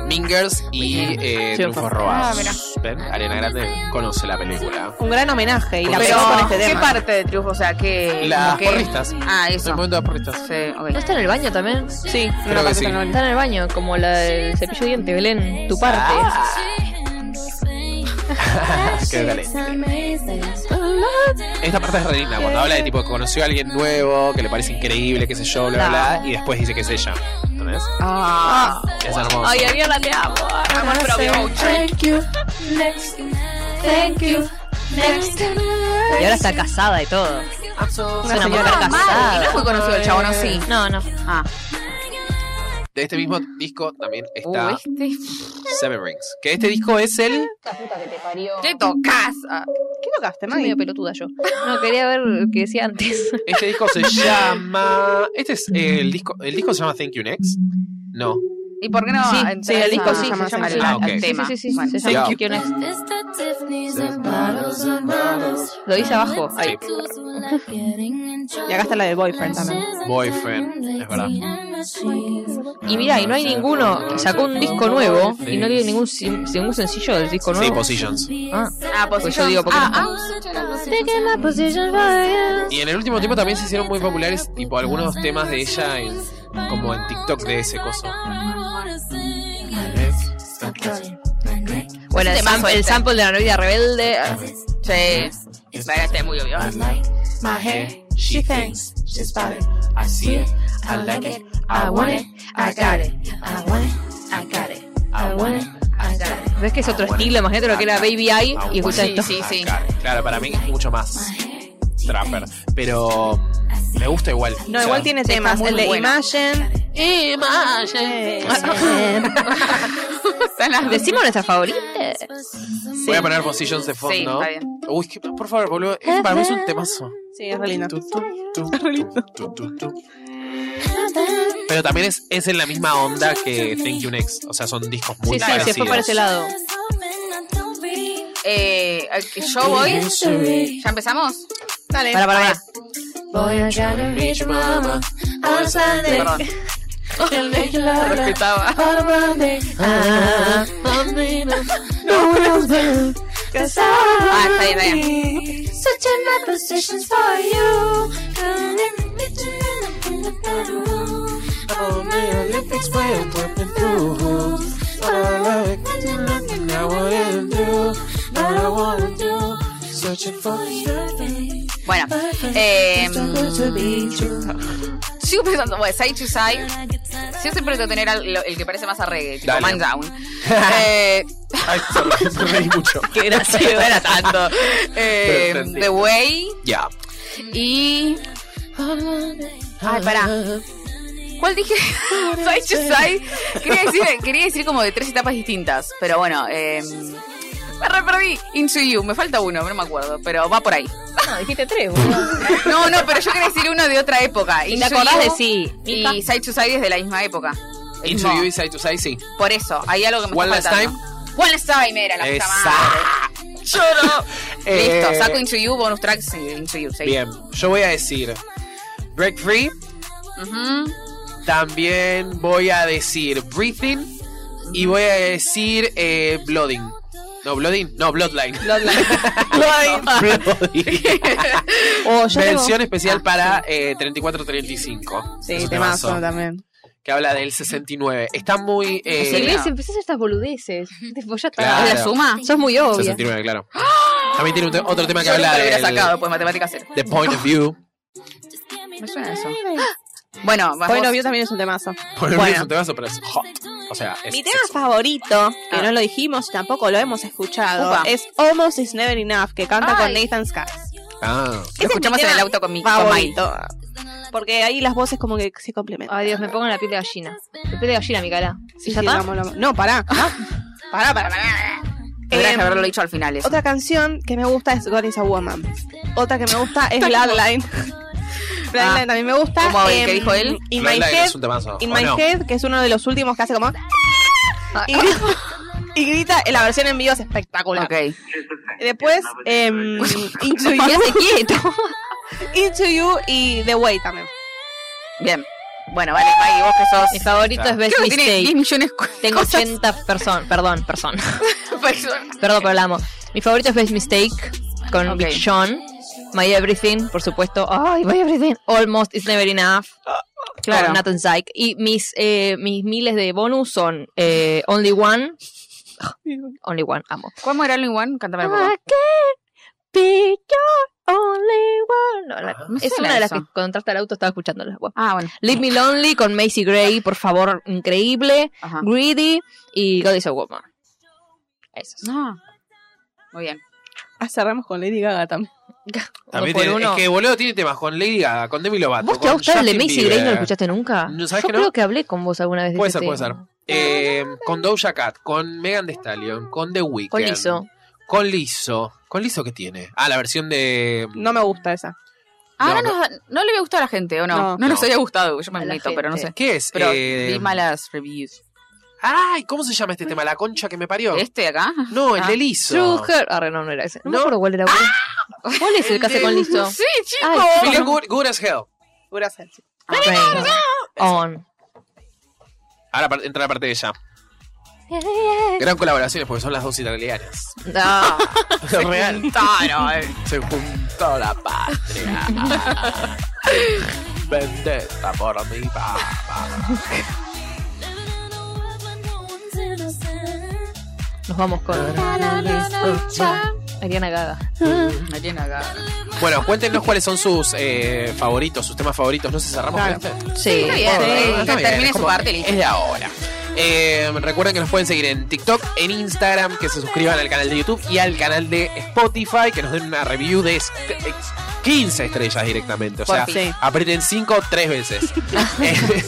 S1: Mingers y eh, Triunfos Robados. ¿Ven? Ariana Grande conoce la película.
S6: Un gran homenaje. Y la
S2: Pero,
S6: pegó con este
S2: ¿qué
S6: tema.
S2: parte de Triunfo? O sea, que.
S1: Las
S2: que...
S1: porristas.
S2: Ah,
S1: Es el
S2: eso.
S1: momento de las porristas.
S2: Sí,
S5: ¿No
S2: ok.
S5: está en el baño también?
S6: Sí,
S1: Creo que
S6: parte
S1: sí. (laughs)
S6: tan bonita.
S5: Está en el baño, como la del cepillo de dientes, Belén, tu parte.
S2: Ah,
S1: Qué talento. Esta parte es re linda, cuando habla de tipo que conoció a alguien nuevo, que le parece increíble, qué sé yo, bla, bla, bla, y después dice que es ella. ¿Entendés?
S2: Ah,
S1: Es hermoso.
S5: Ay, Ariana, te amo. Amor propio.
S3: Thank you. Next. Thank you. Next.
S5: Y ahora está casada y todo. Es una mujer
S2: ah, mal. Y no
S5: casada.
S2: fue conocido el chabón, ¿o sí.
S5: No, no.
S2: Ah,
S1: De este mismo disco también
S2: uh,
S1: está
S2: este.
S1: Seven Rings. Que este disco es el.
S2: Te tocas. Ah,
S6: ¿Qué tocaste,
S5: Soy medio
S6: Maggie?
S5: pelotuda yo. No, quería ver lo que decía antes.
S2: Ah,
S1: Este disco se llama. Este es el disco. El disco se llama Thank You Next. No.
S2: ¿Y por qué no?
S5: Sí,
S2: entras
S5: sí, el disco
S2: a-
S5: sí, se llama
S2: al,
S5: así.
S2: al
S1: Ah, ok.
S2: tema?
S5: Sí, sí, sí, sí.
S2: Bueno.
S5: se llama
S1: Ya.
S5: Insecurious.
S3: Lo
S5: Lo dice abajo.
S1: Ahí.
S3: Y acá está la de Boyfriend también.
S1: Boyfriend, es verdad.
S5: Y mira, y no hay ninguno que sacó un disco nuevo y no tiene ningún, sin- ningún sencillo del disco
S1: Sí, pues,
S5: nuevo.
S1: Positions.
S5: Ah,
S2: Ah, pues
S5: Pues yo digo, ¿por qué
S2: ah,
S5: no?
S2: ah,
S1: Y en el último tiempo también se hicieron muy populares, tipo, algunos temas de ella en, como en TikTok de ese coso.
S5: Bueno,
S2: Ese
S5: el,
S2: temazo
S5: sample, el
S2: este.
S5: sample de la Navidad Rebelde. ah,
S2: sí. Este es muy obvio.
S7: My hair,
S1: Eh,
S7: she thinks, she's about it. I see it, I like it, I want it, I got it, I want it, I got it, I want it, I got it.
S5: ¿Ves que es otro estilo? Imagínate lo que era Baby Eye y escucha
S2: Sí,
S5: esto.
S2: sí, sí.
S1: Ah, Claro, claro, para mí es mucho más trapper. Pero me gusta igual.
S6: No,
S1: O sea,
S6: igual tiene temas.
S2: muy
S6: El de
S2: bueno.
S6: Imagine.
S2: Están las
S5: Decimos nuestra favorita.
S1: Voy a poner Positions de fondo.
S2: Sí, está bien.
S1: Uy, qué- por favor, boludo. Es, para mí es un temazo.
S6: Sí, es re lindo.
S1: Tu, tu, tu, tu, tu,
S2: (laughs)
S1: tu. Pero también es, es en la misma onda que Thank You Next. O sea, son discos muy
S5: Sí, sí, se fue para ese lado.
S2: Eh, yo voy. ¿Ya empezamos?
S6: Dale.
S5: Para, para, para.
S2: Perdón. Respetaba. Ah, está bien, está bien. Bueno, eh, sigo pensando, bueno, side to side. Yo siempre tengo que tener al- lo- el que parece más a reggae, tipo
S1: Dale.
S2: Man Down. Eh,
S1: Ay, sorry, me
S2: (laughs)
S1: reí mucho.
S2: Qué gracioso era tanto. Eh,
S1: Perfecto.
S2: The Way
S1: Ya.
S2: y. Ay, pará. ¿Cuál dije? (laughs) Side to Side. Quería decir, quería decir como de tres etapas distintas, pero bueno. Eh, me re perdí. Into You. Me falta uno, no me acuerdo, pero va por ahí.
S5: No, dijiste tres, boludo.
S2: No, no, pero yo quería decir uno de otra época.
S5: ¿Y
S2: Into
S5: te acordás
S2: You
S5: de sí?
S2: Y Side to Side es de la misma época. El
S1: Into
S2: mismo.
S1: You y Side to Side, sí.
S2: Por eso, hay algo que me
S1: One
S2: está
S1: Last
S2: faltando. One Last Time era la puta madre.
S1: Esa.
S2: Lloro.
S1: Eh,
S2: Listo, saco Into You, bonus tracks y Into You. sí.
S1: Bien, yo voy a decir Break Free.
S2: Ujú.
S1: También voy a decir Breathing. Y voy a decir eh, Blooding. No, Blooding. No, Bloodline. (laughs)
S5: Bloodline.
S1: Blooding.
S6: Oh, yo tengo-
S1: Mención especial para eh, 3435. Es
S6: Sí,
S1: un
S6: temazo también.
S1: Que habla del 69. Está muy. eh,
S5: Si ves, empezás a hacer estas boludeces. Tipo, ya está.
S1: Claro.
S2: ¿Es la suma?
S5: Sos muy obvia.
S1: 69, claro. También tiene un te- otro tema que
S2: Yo nunca
S1: habla
S2: lo hubiera
S1: de.
S2: sacado, pues matemática cero.
S1: The Point of View.
S2: Me suena eso. Ah. Bueno, vamos.
S6: Bueno, View también es un temazo.
S1: Point of View es
S6: Bueno.
S1: un temazo, pero es hot. O sea, es.
S6: Mi tema
S1: sexy.
S6: favorito, que
S2: Ah.
S6: no lo dijimos y tampoco lo hemos escuchado,
S2: Upa.
S6: es Almost Is Never Enough, que canta con
S2: Ay.
S6: Nathan Scars.
S1: Ah.
S2: lo escuchamos en el auto con mi con Mai.
S6: favorito. Porque ahí las voces como que se complementan.
S5: Ay, Dios, me pongo en la piel de gallina. La piel de gallina,
S2: (laughs)
S5: Micala.
S6: Sí,
S5: ¿Y ya
S6: sí,
S5: está?
S6: lo amo, lo amo. No, pará. Pará, pará, pará.
S2: Tendrías
S6: Em,
S2: que haberlo dicho al final
S6: (laughs)
S2: eso.
S6: Otra canción que me gusta es God is a Woman. Otra que me gusta es (laughs) Bloodline. Bloodline
S2: Ah.
S6: también me gusta.
S2: ¿Cómo el
S6: Em,
S2: que dijo él?
S6: In My
S1: Bloodline
S6: Head.
S1: es un temazo.
S6: In
S1: ¿o
S6: My
S1: Oh, no?
S6: Head, que es uno de los últimos que hace como. Y grita, y grita, la versión en vivo es espectacular.
S2: Ok.
S6: Y Después, em, Into, (laughs) you,
S5: quieto.
S6: Into You y The Way también.
S2: Bien. Bueno, vale, Mai, vos que
S5: (laughs) Mi
S2: sos.
S5: favorito
S1: Claro.
S5: es Best
S2: Creo que tiene 10
S5: Mistake.
S2: millones de cosas.
S5: Tengo 80 personas. Perdón, persona.
S2: personas.
S5: (laughs) Perdón, pero la amo. Mi favorito es Best Mistake con
S2: Ok.
S5: Big Sean. My Everything, por supuesto. Ay, My Everything. Almost It's Never Enough.
S2: Claro.
S5: Con Nathan Syke. Y mis, eh, mis miles de bonus son eh, Only One. Only One, amo.
S2: ¿Cómo era Only One? Cántame un poco.
S5: I can't be your only one. No, la-
S2: me
S5: es
S2: suena
S5: una de las
S2: eso.
S5: que contraste al auto estaba escuchándola. Bueno.
S2: Ah, bueno.
S5: Leave Me Lonely con Macy Gray, por favor, increíble.
S2: Ajá.
S5: Greedy y God is a Woman. Eso.
S2: No. Muy bien.
S6: Ah, cerramos con Lady Gaga también.
S1: También
S5: por
S1: tiene,
S5: uno.
S1: es que boludo tiene temas con Lady Gaga, con Demi Lovato.
S5: ¿Vos te ha
S1: con
S5: gustado el de
S1: Justin
S5: Macy Gray? ¿No lo
S1: Bieber.
S5: escuchaste Ah. nunca?
S1: No, ¿sabés
S5: Yo
S1: que no?
S5: creo que hablé con vos alguna vez de
S1: Puede
S5: ese
S1: ser, puede ser.
S5: tema.
S1: Eh, con Doja Cat, con Megan Thee Stallion, con The Weeknd.
S5: Con Lizzo.
S1: Con Lizzo. ¿Con Lizzo qué tiene? Ah, la versión de...
S6: No me gusta esa.
S2: Ahora
S1: No,
S2: no, no le había gustado a la gente, ¿o no? No,
S6: No.
S2: nos había gustado, yo me
S5: A la
S2: admito, pero no
S5: gente.
S2: sé.
S1: ¿Qué es?
S2: Pero
S1: Eh,
S2: vi malas reviews.
S1: Ay, ¿cómo se llama este tema? La concha que me parió.
S2: ¿Este de acá?
S1: No, el
S5: Ah.
S1: del ISO.
S5: True Her. Arre, no, no era ese. No, me acuerdo cuál era. boludo.
S1: Ah.
S5: ¿Cuál es el que hace con listo?
S2: Sí, chico.
S5: Ay,
S1: Feel good, good as hell.
S6: Gracias.
S5: Rain On.
S1: Ahora par- entra la parte de (laughs) ella. Gran colaboraciones porque son las dos italianas. (laughs)
S5: Ah,
S1: Se juntaron. Se juntó la (laughs) patria. Vendetta por mi papá.
S5: nos vamos con Ariana Gaga.
S2: Ah, Me tiene acá.
S1: Bueno, cuéntenos cuáles son sus eh, favoritos, sus temas favoritos. No sé, cerramos con este.
S5: Sí.
S1: Bueno,
S2: Está bien, sí,
S1: está
S2: que
S1: bien,
S2: termine
S1: es
S2: su
S1: como-
S2: parte y listo.
S1: Es de ahora. Eh, recuerden que nos pueden seguir en TikTok, en Instagram, que se suscriban al canal de YouTube y al canal de Spotify, que nos den una review de est- ex- 15 estrellas directamente. O
S2: Por
S1: sea,
S2: fin.
S1: aprieten 5 tres
S2: (laughs)
S1: veces. Eh,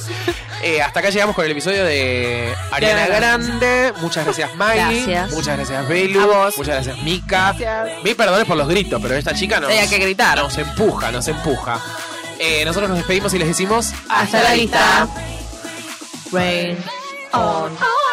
S1: eh, hasta acá llegamos con el episodio de Ariana Grande. Muchas gracias, Maggie.
S5: Gracias.
S1: Muchas gracias, Belu. Muchas gracias, Mika. Mil perdones por los gritos, pero esta chica nos,
S2: Tenía que gritar.
S1: nos empuja, nos empuja. Eh, nosotros nos despedimos y les decimos
S5: Hasta la vista. Rain On.
S3: Oh.